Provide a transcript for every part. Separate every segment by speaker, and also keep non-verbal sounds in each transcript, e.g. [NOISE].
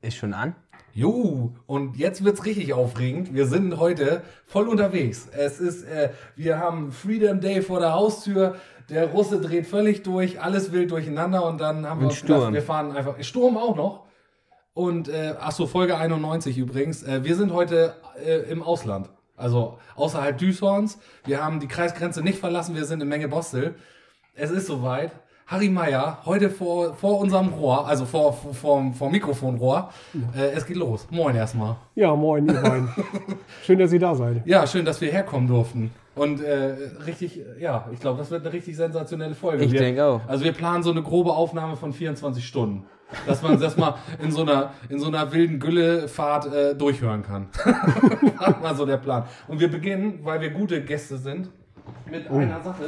Speaker 1: Ist schon an?
Speaker 2: Jo, und jetzt wird's richtig aufregend. Wir sind heute voll unterwegs. Es ist, äh, wir haben Freedom Day vor der Haustür. Der Russe dreht völlig durch, alles wild durcheinander und dann haben wir
Speaker 1: Und
Speaker 2: uns gedacht,
Speaker 1: Sturm.
Speaker 2: wir fahren einfach. Sturm auch noch. Und äh, ach so, Folge 91 übrigens. Äh, wir sind heute äh, im Ausland. Also außerhalb Düsshorns. Wir haben die Kreisgrenze nicht verlassen, wir sind in Menge Bostel. Es ist soweit. Harry Meier, heute vor, vor unserem Rohr, also vor, vor, vor, vor Mikrofonrohr. Äh, es geht los. Moin erstmal.
Speaker 3: Ja, moin, ihr
Speaker 2: [LAUGHS]
Speaker 3: beiden. Schön, dass ihr da seid.
Speaker 2: Ja, schön, dass wir herkommen durften. Und äh, richtig, äh, ja, ich glaube, das wird eine richtig sensationelle Folge.
Speaker 1: Ich
Speaker 2: Wir-
Speaker 1: denk auch.
Speaker 2: Also wir planen so eine grobe Aufnahme von 24 Stunden. Dass man das mal in so einer, in so einer wilden Güllefahrt äh,
Speaker 1: [LAUGHS]
Speaker 2: durchhören kann. mal so der Plan. Und wir beginnen, weil wir gute Gäste sind, mit
Speaker 1: Oh.
Speaker 2: einer Sache.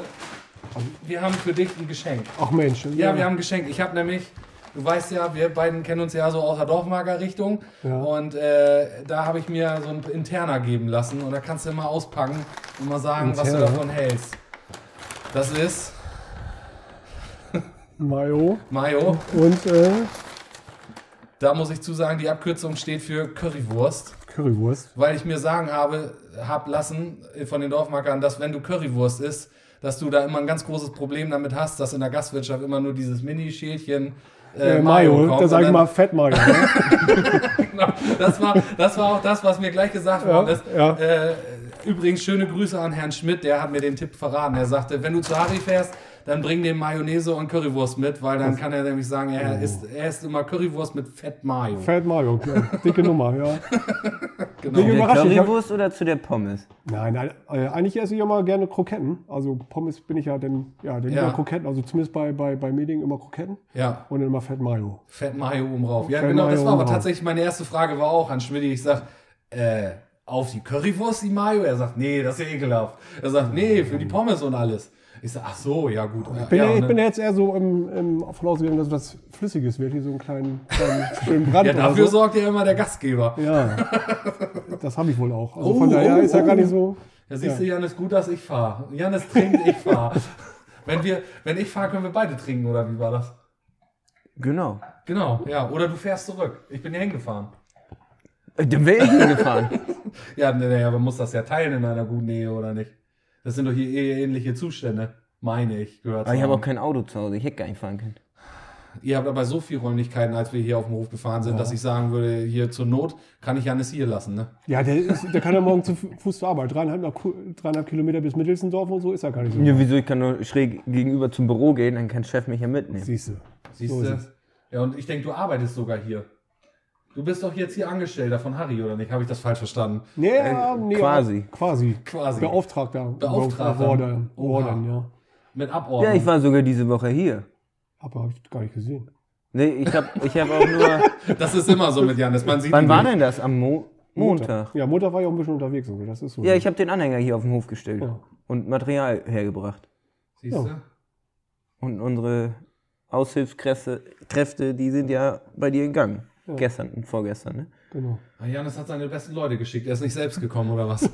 Speaker 2: Wir haben für dich ein Geschenk.
Speaker 3: Ach Mensch.
Speaker 2: Ja, wir haben ein Geschenk. Ich habe nämlich, du weißt ja, wir beiden kennen uns ja so aus der Dorfmager-Richtung.
Speaker 3: Ja.
Speaker 2: Und äh, da habe ich mir so ein Interner geben lassen. Und da kannst du mal auspacken und mal sagen, was du
Speaker 3: Interner?
Speaker 2: davon hältst. Das ist
Speaker 3: Mayo
Speaker 2: Mayo.
Speaker 3: und äh,
Speaker 2: Da muss ich zu sagen, die Abkürzung steht für Currywurst.
Speaker 3: Currywurst.
Speaker 2: Weil ich mir sagen habe, hab lassen von den Dorfmarkern, dass wenn du Currywurst isst, dass du da immer ein ganz großes Problem damit hast, dass in der Gastwirtschaft immer nur dieses Mini-Schälchen
Speaker 3: Äh, Mayo, da
Speaker 2: und
Speaker 3: sag ich
Speaker 2: dann-
Speaker 3: mal Fett Mayo. Ne?
Speaker 2: [LAUGHS] Genau, das war, das war auch das, was mir gleich gesagt worden ist.
Speaker 3: ja.
Speaker 2: Äh, übrigens, schöne Grüße an Herrn Schmidt, der hat mir den Tipp verraten. Er sagte, wenn du zu Harry fährst, dann bring dem Mayonnaise und Currywurst mit, weil dann kann er nämlich sagen, er, isst, er isst immer Currywurst mit Fett Mayo.
Speaker 3: Oh. Fett Mayo, klar. dicke Nummer, ja.
Speaker 1: Zu
Speaker 2: [LAUGHS] Genau.
Speaker 1: der
Speaker 3: Überraschung, ich hab-
Speaker 1: Currywurst oder zu der Pommes?
Speaker 3: Nein, nein, äh, eigentlich esse ich immer gerne Kroketten. Also Pommes bin ich ja dann, ja, dann
Speaker 2: Ja.
Speaker 3: immer Kroketten. Also zumindest bei, bei, bei Medien immer Kroketten
Speaker 2: Ja,
Speaker 3: und immer Fett Mayo.
Speaker 2: Fett Mayo oben rauf. Ja,
Speaker 3: Fett
Speaker 2: genau,
Speaker 3: Mayo
Speaker 2: das war aber
Speaker 3: oben rauf.
Speaker 2: tatsächlich meine erste Frage war auch an Schmidt. Ich sag, äh, auf die Currywurst, die Mayo? Er sagt, nee, das ist ja ekelhaft. Er sagt, nee, für die Pommes und alles. Ich sag, ach so, ja gut.
Speaker 3: Ich bin,
Speaker 2: ja,
Speaker 3: ja,
Speaker 2: und
Speaker 3: ich
Speaker 2: dann-
Speaker 3: bin ja jetzt eher so im, im davon ausgegangen, dass was Flüssiges wird, hier so einen kleinen, kleinen schönen Brand.
Speaker 2: ja,
Speaker 3: oder
Speaker 2: dafür
Speaker 3: so.
Speaker 2: sorgt ja immer der Gastgeber. [LAUGHS]
Speaker 3: Ja, das habe ich wohl auch. Also
Speaker 2: Oh,
Speaker 3: von daher
Speaker 2: oh,
Speaker 3: ist ja
Speaker 2: oh.
Speaker 3: gar nicht so.
Speaker 2: Da siehst du, Janis, gut, dass ich fahre. Janis trinkt, ich
Speaker 1: [LAUGHS]
Speaker 2: fahre. wenn, wir, wenn ich fahre, können wir beide trinken, oder wie war das?
Speaker 1: Genau.
Speaker 2: Genau, ja. Oder du fährst zurück. Ich bin ja hingefahren.
Speaker 1: Äh, Dann wäre ich [LAUGHS] hingefahren.
Speaker 2: Ja, naja, man muss das ja teilen in einer guten Ehe, oder nicht? Das sind doch hier eh ähnliche Zustände. Meine ich, gehört
Speaker 1: Aber
Speaker 2: zu
Speaker 1: ich habe auch
Speaker 2: haben.
Speaker 1: kein Auto zu Hause. Ich hätte gar nicht fahren können.
Speaker 2: Ihr habt aber so viel Räumlichkeiten, als wir hier auf dem Hof gefahren sind, dass ich sagen würde, hier zur Not kann ich Janis hier lassen, ne?
Speaker 3: Ja, der, ist, der kann ja morgen zu Fu- Fuß zur Arbeit. Dreieinhalb, nach Ku- dreieinhalb Kilometer bis Mittelsendorf und so ist er gar nicht so.
Speaker 1: Ja, wieso? Ich kann nur schräg gegenüber zum Büro gehen, dann kann der Chef mich ja mitnehmen.
Speaker 3: Siehst du.
Speaker 2: Siehst
Speaker 3: So ist
Speaker 2: du?
Speaker 3: es.
Speaker 2: Ja, und ich denke, du arbeitest sogar hier. Du bist doch jetzt hier Angestellter von Harry, oder nicht? Habe ich das falsch verstanden?
Speaker 3: Nee, ja, nee,
Speaker 1: quasi.
Speaker 3: Quasi.
Speaker 2: Äh, Quasi.
Speaker 3: Beauftragter.
Speaker 2: Beauftragter.
Speaker 3: Warden,
Speaker 2: Oha.
Speaker 3: Warden, ja.
Speaker 2: Mit Abordnung.
Speaker 1: Ja, ich war sogar diese Woche hier.
Speaker 3: Aber habe ich gar nicht gesehen.
Speaker 1: Nee, ich habe ich hab auch nur.
Speaker 2: Das ist immer so mit Janis. Man sieht
Speaker 1: [LAUGHS] Wann
Speaker 2: ihn
Speaker 1: war
Speaker 2: nicht.
Speaker 1: denn das? Am Mo Montag.
Speaker 3: Ja, Montag war ich auch ein bisschen unterwegs. Also das ist so.
Speaker 1: Ja, ich habe den Anhänger hier auf den Hof gestellt
Speaker 3: Ja.
Speaker 1: und Material hergebracht.
Speaker 2: Siehst du?
Speaker 1: Und unsere Aushilfskräfte, Kräfte, die sind ja bei dir gegangen. Gestern und vorgestern, ne?
Speaker 3: Genau.
Speaker 2: Ah, Janis hat seine besten Leute geschickt. Er ist nicht selbst gekommen, oder was?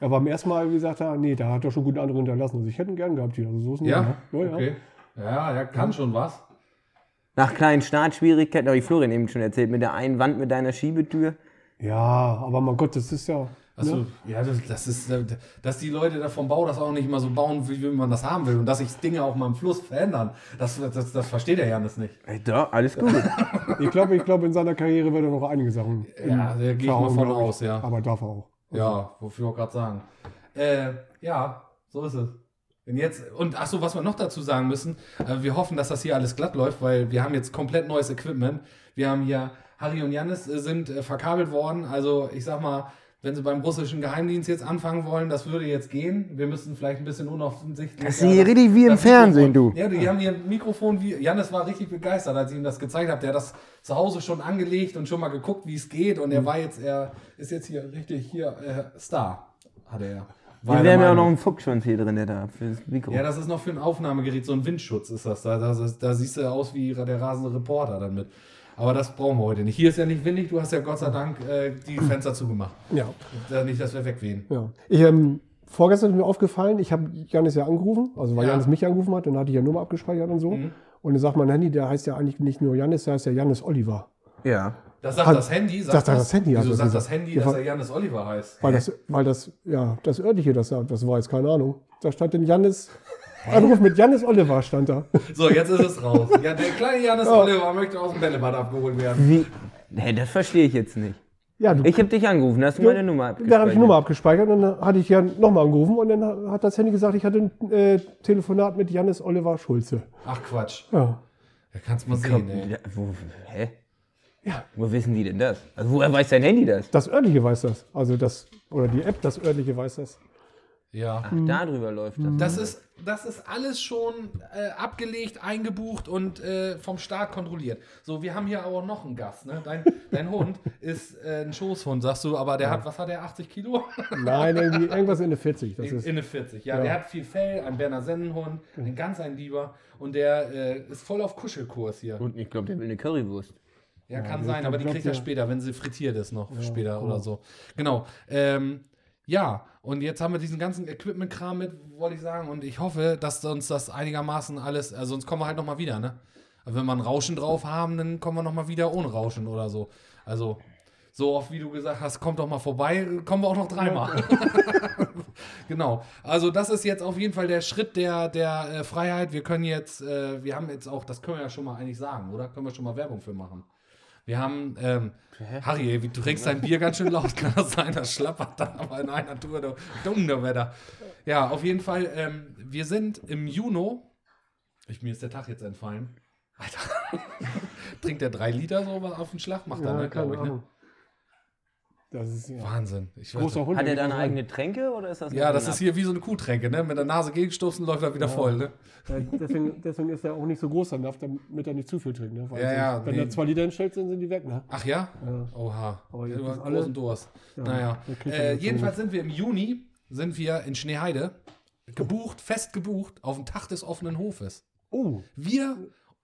Speaker 3: Er war beim ersten Mal, wie gesagt, da, nee, da hat er schon guten andere hinterlassen. Also ich hätte ihn gern gehabt hier. Also so ist nicht,
Speaker 2: ja?
Speaker 3: ne? Ja, ja.
Speaker 2: Okay. Ja, er kann schon was.
Speaker 1: Nach kleinen Startschwierigkeiten, habe ich Florian eben schon erzählt, mit der einen Wand mit deiner Schiebetür.
Speaker 3: ja, aber mein Gott, das ist ja.
Speaker 2: Also,
Speaker 3: ne?
Speaker 2: ja, das, das ist, äh, dass die Leute da vom Bau das auch nicht mal so bauen, wie wie man das haben will und dass sich Dinge auch mal im Fluss verändern, das, das, das versteht der Janis nicht.
Speaker 1: Ey, doch, alles gut.
Speaker 3: Ich glaube, ich glaube, in seiner Karriere wird er noch einige Sachen.
Speaker 2: Ja, da gehe ich mal
Speaker 3: verhauen,
Speaker 2: von
Speaker 3: glaub also ich.
Speaker 2: aus, ja.
Speaker 3: Aber darf er auch.
Speaker 2: Ja, Also, wofür auch gerade sagen. Äh, ja, so ist es. Und jetzt, und ach so, was wir noch dazu sagen müssen, äh, wir hoffen, dass das hier alles glatt läuft, weil wir haben jetzt komplett neues Equipment. Wir haben hier, Harry und Janis äh, sind äh, verkabelt worden. Also ich sag mal, wenn sie beim russischen Geheimdienst jetzt anfangen wollen, das würde jetzt gehen. Wir müssten vielleicht ein bisschen unoffensichtlich.
Speaker 1: Das ist hier richtig wie im Fernsehen, du.
Speaker 2: Ja, die haben ihr Mikrofon wie. Janis war richtig begeistert, als ich ihm das gezeigt habe. Der hat das zu Hause schon angelegt und schon mal geguckt, wie es geht. Und
Speaker 1: Mhm.
Speaker 2: er war jetzt, er ist jetzt hier richtig hier äh, Star, hat er.
Speaker 1: Wir haben ja auch noch einen Fuchsschwanz hier drin, der da fürs Mikro.
Speaker 2: Ja, das ist noch für ein Aufnahmegerät, so ein Windschutz ist das. Da, da, da siehst du aus wie der rasende Reporter dann mit. Aber das brauchen wir heute nicht. Hier ist ja nicht windig, du hast ja Gott sei Dank äh, die Fenster zugemacht.
Speaker 3: Ja.
Speaker 2: Da- Nicht, dass wir wegwehen.
Speaker 3: Ja. Ich, ähm, vorgestern ist mir aufgefallen, ich habe Janis ja Mhm. angerufen, also weil
Speaker 2: Ja.
Speaker 3: Janis mich angerufen hat, dann hatte ich ja Nummer abgespeichert und so. Und dann sagt mein Handy, der heißt ja eigentlich nicht nur Janis, der heißt ja Janis Oliver.
Speaker 1: Ja.
Speaker 2: Das sagt
Speaker 3: Hat-
Speaker 2: das Handy.
Speaker 3: sagt er das Handy, hat
Speaker 2: Wieso
Speaker 3: er
Speaker 2: sagt
Speaker 3: gesagt.
Speaker 2: das Handy,
Speaker 3: Ja,
Speaker 2: dass
Speaker 3: wa-
Speaker 2: er Janis Oliver heißt?
Speaker 3: Weil das, weil das, ja, das örtliche das sagt, das war jetzt keine Ahnung. Da stand denn Jannis, Anruf mit Jannis Oliver stand da.
Speaker 2: So, jetzt ist es raus. Ja, der kleine
Speaker 3: [LAUGHS]
Speaker 2: Janis Oliver möchte aus dem Bällebad abgeholt werden.
Speaker 1: Wie? Hä, das verstehe ich jetzt nicht.
Speaker 3: Ja, du,
Speaker 1: Ich habe dich angerufen, hast du meine Nummer abgespeichert.
Speaker 3: da habe ich die Nummer abgespeichert und dann hatte ich ja nochmal angerufen und dann hat das Handy gesagt, ich hatte ein äh, Telefonat mit Jannis Oliver Schulze.
Speaker 2: Ach Quatsch.
Speaker 3: Ja.
Speaker 2: Da kannst mal sehen,
Speaker 1: Komm,
Speaker 2: ey.
Speaker 1: ja, wo, hä?
Speaker 3: Ja.
Speaker 1: Wo wissen die denn das? Also woher weiß dein Handy das?
Speaker 3: Das örtliche weiß das. Also das, oder die App, das örtliche weiß das.
Speaker 2: Ja.
Speaker 1: Ach, da drüber läuft das.
Speaker 2: Das
Speaker 3: Mhm.
Speaker 2: ist, das ist alles schon äh, abgelegt, eingebucht und äh, vom Staat kontrolliert. So, wir haben hier aber noch einen Gast. Ne? Dein, [LAUGHS] dein Hund ist äh, ein Schoßhund, sagst du, aber der hat, was hat er, 80 Kilo?
Speaker 3: Nein, irgendwie irgendwas in der 40. Das
Speaker 2: In,
Speaker 3: ist,
Speaker 2: in eine 40, ja,
Speaker 3: ja.
Speaker 2: Der hat viel Fell, ein Berner Sennenhund, ein ganz ein Lieber und der äh, ist voll auf Kuschelkurs hier.
Speaker 1: Und ich glaube, der will eine Currywurst.
Speaker 2: Ja, kann
Speaker 3: also
Speaker 2: sein,
Speaker 3: ich
Speaker 2: aber die
Speaker 3: glaub,
Speaker 2: kriegt er
Speaker 3: ja.
Speaker 2: später, wenn sie frittiert ist noch später
Speaker 3: genau.
Speaker 2: oder so. Genau. Ähm, ja, und jetzt haben wir diesen ganzen Equipment-Kram mit, wollte ich sagen, und ich hoffe, dass uns das einigermaßen alles, also sonst kommen wir halt nochmal wieder, ne? Aber wenn wir ein Rauschen drauf haben, dann kommen wir nochmal wieder ohne Rauschen oder so. Also, so oft wie du gesagt hast, kommt doch mal vorbei, kommen wir auch noch dreimal. genau. Also, das ist jetzt auf jeden Fall der Schritt der, der äh, Freiheit. Wir können jetzt, äh, wir haben jetzt auch, das können wir ja schon mal eigentlich sagen, oder? Können wir schon mal Werbung für machen. Wir haben, ähm, Harry, ey, wie- du trinkst dein Bier ganz schön laut, kann das sein, das schlappert dann aber in einer Tour, du dunkler Wetter. Ja, auf jeden Fall, ähm, wir sind im Juni, ich, mir ist der Tag jetzt entfallen, Alter, [LAUGHS] trinkt er drei Liter so auf den Schlag, macht er,
Speaker 3: ja,
Speaker 2: ne, glaube
Speaker 3: keine
Speaker 2: ich, ne?
Speaker 3: Ahnung. Das ist ja.
Speaker 2: Wahnsinn. Ich weiß
Speaker 3: Großer
Speaker 2: nicht.
Speaker 3: Hund.
Speaker 1: Hat er
Speaker 3: der
Speaker 1: da eine
Speaker 3: geht
Speaker 1: eigene Tränke oder ist das
Speaker 2: ja, das ist hier wie so eine Kuhtränke, ne? Mit der Nase gegenstoßen, läuft er wieder voll, ne?
Speaker 3: rein. Ja, Deswegen, deswegen ist er auch nicht so groß, dann darf, damit er nicht zu viel trinkt. Ne? Weil
Speaker 2: Ja,
Speaker 3: sonst,
Speaker 2: ja,
Speaker 3: wenn
Speaker 2: nee.
Speaker 3: da zwei Liter entstellt sind, sind die weg. Ne?
Speaker 2: Ach ja?
Speaker 3: Ja.
Speaker 2: Oha.
Speaker 3: Aber
Speaker 2: ja,
Speaker 3: jetzt
Speaker 2: du
Speaker 3: ist
Speaker 2: hast
Speaker 3: alle-
Speaker 2: großen Durst. naja.
Speaker 3: da kriegt er
Speaker 2: Äh,
Speaker 3: jetzt
Speaker 2: jedenfalls sind wir im Juni, sind wir in Schneeheide. Gebucht, fest gebucht, auf den Tag des offenen Hofes.
Speaker 3: Oh,
Speaker 2: Wir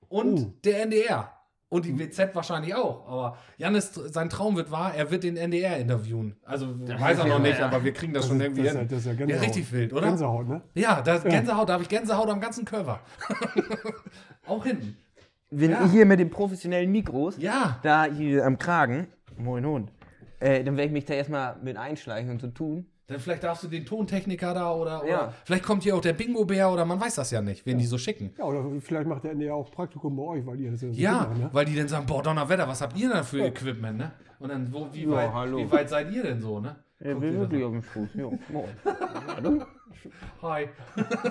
Speaker 2: und
Speaker 3: Oh.
Speaker 2: der NDR. Und die WZ wahrscheinlich auch. Aber Janis, sein Traum wird wahr, er wird den NDR interviewen. Also weiß er noch nicht, aber wir kriegen das, schon
Speaker 3: ist-
Speaker 2: irgendwie
Speaker 3: das ist
Speaker 2: hin.
Speaker 3: ja- das ist ja
Speaker 2: ja,
Speaker 3: Gänsehaut.
Speaker 2: richtig wild, oder?
Speaker 3: Gänsehaut, ne?
Speaker 2: Ja, da ist Gänsehaut, da habe ich Gänsehaut am ganzen Körper. [LAUGHS] auch hinten.
Speaker 1: Wenn
Speaker 2: Ja.
Speaker 1: ich hier mit den professionellen Mikros,
Speaker 2: Ja.
Speaker 1: da hier am Kragen, moin Hund, äh, dann werde ich mich da erstmal mit einschleichen und so tun.
Speaker 2: Dann vielleicht darfst du den Tontechniker da oder, oder
Speaker 1: Ja.
Speaker 2: vielleicht kommt hier auch der Bingo-Bär oder man weiß das ja nicht, wen die so schicken.
Speaker 3: Ja, oder vielleicht macht der NDR auch Praktikum bei euch, weil ihr das ja so
Speaker 2: Ja,
Speaker 3: gut macht, ne?
Speaker 2: weil die dann sagen, boah, Donnerwetter, was habt ihr denn für Equipment, ne? Und dann, wo, wie,
Speaker 1: Ja,
Speaker 2: weit,
Speaker 1: hallo.
Speaker 2: wie weit seid ihr denn so, ne?
Speaker 1: Er will wirklich auf den Fuß. Ja, [LAUGHS] moin.
Speaker 2: Hi.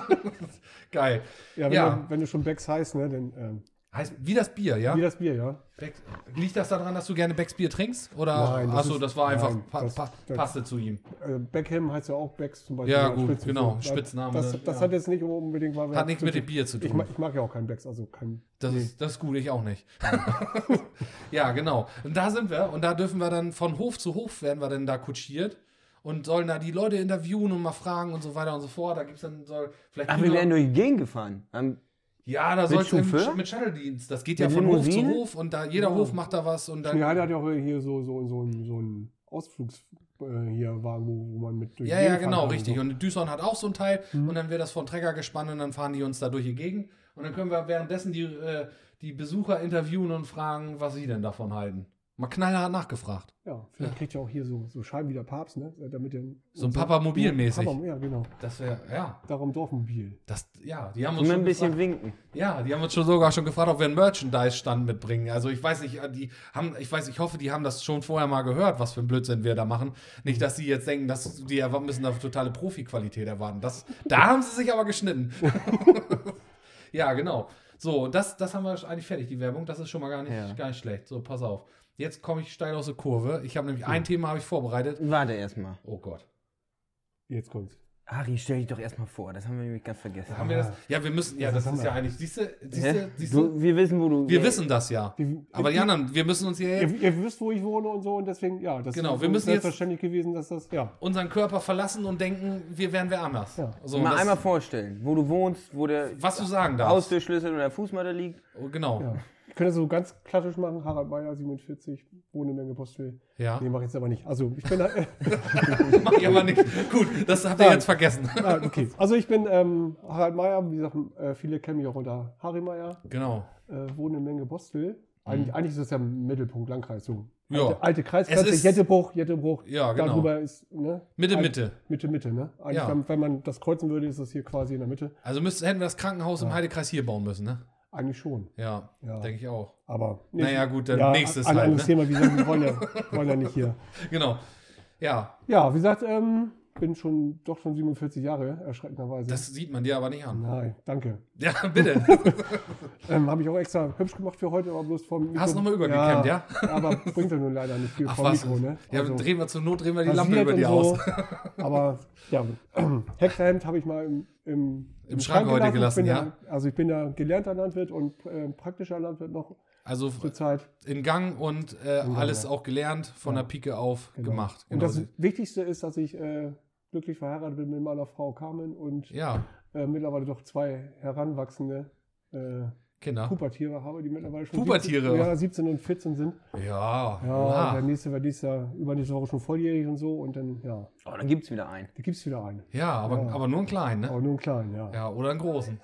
Speaker 2: [LAUGHS] Geil.
Speaker 3: Ja, wenn,
Speaker 2: ja.
Speaker 3: Du, wenn du schon Becks heißt, ne, dann ähm,
Speaker 2: Heißt, wie das Bier, ja?
Speaker 3: wie das Bier, ja.
Speaker 2: Becks, liegt das daran, dass du gerne Becks Bier trinkst? Oder?
Speaker 3: Nein, das
Speaker 2: achso,
Speaker 3: ist-
Speaker 2: das war einfach,
Speaker 3: nein,
Speaker 2: pa
Speaker 3: das-
Speaker 2: pa
Speaker 3: das-
Speaker 2: passte zu ihm.
Speaker 3: Äh, Beckham heißt ja auch Becks zum Beispiel.
Speaker 2: Ja,
Speaker 3: als
Speaker 2: gut,
Speaker 3: Spitzenfigur.
Speaker 2: genau,
Speaker 3: Das-
Speaker 2: Spitzname, ne?
Speaker 3: Das, das
Speaker 2: Ja.
Speaker 3: hat jetzt nicht unbedingt mal
Speaker 2: Hat nichts mit dem Bier zu
Speaker 3: Ich,
Speaker 2: tun.
Speaker 3: mag- ich mag ja auch keinen Becks, also kein.
Speaker 2: Das, ist, das ist gut, ich auch nicht. [LAUGHS] ja, genau. Und da sind wir und da dürfen wir dann von Hof zu Hof werden wir dann da kutschiert und sollen da die Leute interviewen und mal fragen und so weiter und so fort. Da gibt's dann soll vielleicht
Speaker 1: Ach,
Speaker 2: Hühner-
Speaker 1: wir werden durch die Gegend gefahren. Am-
Speaker 2: Ja, da soll
Speaker 1: Chauffeur?
Speaker 2: mit, mit Shuttle-Dienst. Das geht ja
Speaker 1: Mit
Speaker 2: von Hof zu
Speaker 1: Limousine?
Speaker 2: Hof und da jeder Hof macht da was und dann.
Speaker 3: Ja, der hat ja auch hier so, so, so, ein- so einen Ausflugs äh, hier Wagen, wo, wo man mit durch
Speaker 2: Ja,
Speaker 3: die
Speaker 2: ja,
Speaker 3: Gegend fahren
Speaker 2: genau,
Speaker 3: kann
Speaker 2: richtig.
Speaker 3: Und
Speaker 2: Und Düsson hat auch so ein Teil
Speaker 1: Mhm.
Speaker 2: und dann wird das von Trecker gespannt und dann fahren die uns da durch die Gegend. Und dann können wir währenddessen die, äh, die Besucher interviewen und fragen, was sie denn davon halten. Mal knallhart nachgefragt.
Speaker 3: so. ja, vielleicht kriegt ihr auch hier so, so Scheiben wie der Papst, ne? Damit ihr,
Speaker 2: So ein Papamobil-mäßig.
Speaker 3: Papa, ja, genau.
Speaker 2: Das wäre, ja,
Speaker 3: Darum Dorfmobil.
Speaker 2: das, ja, die haben uns
Speaker 1: Immer
Speaker 2: schon
Speaker 1: ein bisschen
Speaker 2: gefragt,
Speaker 1: winken.
Speaker 2: ja, die haben uns schon sogar schon gefragt, ob wir einen Merchandise-Stand mitbringen. Also ich weiß nicht, die haben, ich weiß, ich hoffe, die haben das schon vorher mal gehört, was für ein Blödsinn wir da machen. Nicht, dass sie jetzt denken, dass die erwar- müssen da totale Profi-Qualität erwarten. Das, da haben sie sich
Speaker 1: [LAUGHS]
Speaker 2: aber geschnitten. ja, genau. So, und das, das haben wir eigentlich fertig, die Werbung. Das ist schon mal gar nicht,
Speaker 1: Ja.
Speaker 2: gar nicht schlecht. So, pass auf. Jetzt komme ich steil aus der Kurve. Ich habe nämlich ein Thema habe ich vorbereitet.
Speaker 1: Warte erstmal.
Speaker 2: Oh Gott.
Speaker 3: Jetzt kommt's.
Speaker 1: Harry, stell dich doch erstmal vor. Das haben wir nämlich ganz vergessen.
Speaker 2: Haben wir das? Ja, wir müssen. Ja,
Speaker 3: Ja,
Speaker 2: das
Speaker 3: das haben
Speaker 2: ist ja
Speaker 3: wir.
Speaker 2: eigentlich. Siehste,
Speaker 1: Hä?
Speaker 2: siehste, siehste.
Speaker 1: Du, wir wissen, wo du.
Speaker 2: Wir wissen das ja.
Speaker 3: Die-
Speaker 2: Aber die anderen, wir müssen uns hier
Speaker 3: Ihr, ihr wisst, wo ich wohne und so und deswegen, ja, das
Speaker 2: Genau,
Speaker 3: ist
Speaker 2: wir
Speaker 3: so
Speaker 2: müssen jetzt-
Speaker 3: selbstverständlich gewesen, dass das, ja.
Speaker 2: unseren Körper verlassen und denken, wir wären wer anders.
Speaker 3: Ja.
Speaker 2: So,
Speaker 1: Mal
Speaker 2: das,
Speaker 1: einmal vorstellen, wo du wohnst, wo der
Speaker 2: was du sagen darfst.
Speaker 1: Haustürschlüssel oder der Fußmatte liegt.
Speaker 2: Oh, Genau.
Speaker 3: ja. Ich könnte das so ganz klassisch machen, Harald Meyer, 47, ohne Menge Postel.
Speaker 2: Ja. [LAUGHS]
Speaker 3: Nee, mach ich jetzt aber nicht. Also, ich bin, äh, [LAUGHS]
Speaker 2: Mach ich aber nicht. Gut, das habt ihr
Speaker 3: Nein.
Speaker 2: jetzt vergessen. [LAUGHS]
Speaker 3: ah, okay. Also, ich bin ähm, Harald Meyer, wie gesagt, äh, viele kennen mich auch unter Harry Meyer,
Speaker 2: Genau.
Speaker 3: äh, wohne in Menge Postel. Eigentlich, eigentlich ist es ja im Mittelpunkt Landkreis so.
Speaker 2: Mhm. Ja.
Speaker 3: Alte, alte Kreisgrenze,
Speaker 2: Es ist-
Speaker 3: Jettebruch, Jettebruch.
Speaker 2: Ja, genau.
Speaker 3: Darüber ist, ne?
Speaker 2: Mitte,
Speaker 3: Ein-
Speaker 2: Mitte.
Speaker 3: Mitte, Mitte, ne? Eigentlich,
Speaker 2: Ja.
Speaker 3: wenn, wenn man das kreuzen würde, ist es hier quasi in der Mitte.
Speaker 2: Also müssten, hätten wir das Krankenhaus im Heidekreis hier bauen müssen, ne?
Speaker 3: Eigentlich schon.
Speaker 2: Ja,
Speaker 3: Ja.
Speaker 2: denke ich auch.
Speaker 3: Aber.
Speaker 2: Naja, gut, dann nächstes
Speaker 3: Ein
Speaker 2: halt,
Speaker 3: anderes
Speaker 2: ne?
Speaker 3: Thema, wie gesagt, wir
Speaker 2: [LAUGHS]
Speaker 3: wollen ja, wollen ja nicht hier.
Speaker 2: Genau. Ja,
Speaker 3: Ja, wie gesagt, ähm, bin schon doch schon 47 Jahre, erschreckenderweise.
Speaker 2: das sieht man dir aber nicht an.
Speaker 3: Nein, danke.
Speaker 2: Ja, [LAUGHS] bitte.
Speaker 3: [LAUGHS] Ähm, Habe ich auch extra hübsch gemacht für heute, aber bloß vom Mikro.
Speaker 2: Hast nochmal übergekämmt,
Speaker 3: Aber bringt ja nun leider nicht viel
Speaker 2: Ach
Speaker 3: vom
Speaker 2: was.
Speaker 3: Mikro, ne?
Speaker 2: Ja,
Speaker 3: Also, halt
Speaker 2: drehen wir zur Not, drehen wir die
Speaker 3: passiert
Speaker 2: Lampe über
Speaker 3: und
Speaker 2: dir aus.
Speaker 3: aber ja, [CLEARS THROAT] Hexerhemd habe ich mal im, im,
Speaker 2: Schrank heute
Speaker 3: ich bin
Speaker 2: gelassen,
Speaker 3: Ja, also ich bin ja gelernter Landwirt und äh, praktischer Landwirt noch
Speaker 2: Also
Speaker 3: zur Zeit.
Speaker 2: in Gang und äh, alles auch gelernt, von der Pike auf gemacht.
Speaker 3: Und
Speaker 2: Genau.
Speaker 3: das Wichtigste ist, dass ich äh, glücklich verheiratet bin mit meiner Frau Carmen und
Speaker 2: ja,
Speaker 3: äh, mittlerweile doch zwei heranwachsende äh,
Speaker 2: Kinder.
Speaker 3: Pubertiere habe, die mittlerweile schon
Speaker 2: Ah. Pubertiere?
Speaker 3: 17, ja, 17 und 14 sind.
Speaker 2: Ja,
Speaker 3: Ja,
Speaker 2: oha.
Speaker 3: und der nächste war dieses Jahr, übernächste Woche schon volljährig und so und dann, ja,
Speaker 1: Oh, dann gibt's wieder einen.
Speaker 3: da gibt's wieder einen.
Speaker 2: ja, aber,
Speaker 3: Ja.
Speaker 2: aber nur einen kleinen, ne?
Speaker 3: Aber nur einen kleinen, ja.
Speaker 2: Ja, oder einen großen.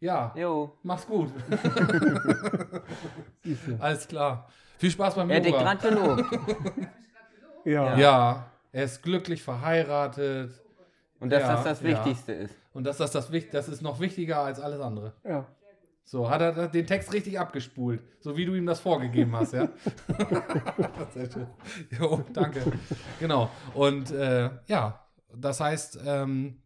Speaker 2: Ja,
Speaker 1: Jo.
Speaker 2: mach's gut. [LAUGHS]
Speaker 3: Siehst du.
Speaker 2: Alles klar. Viel Spaß beim
Speaker 1: Er hat dich
Speaker 2: Yoga.
Speaker 1: gerade gelobt.
Speaker 3: Ja.
Speaker 2: Ja, er ist glücklich verheiratet
Speaker 1: Und dass
Speaker 2: [LAUGHS] Ja,
Speaker 1: das das
Speaker 2: ja.
Speaker 1: Wichtigste ist.
Speaker 2: und das, das, das, Wicht- das ist noch wichtiger als alles andere.
Speaker 3: ja.
Speaker 2: So, hat er den Text richtig abgespult, so wie du ihm das vorgegeben hast,
Speaker 3: [LAUGHS]
Speaker 2: ja? Sehr schön. Jo, danke. Genau. Und äh, ja, das heißt, ähm,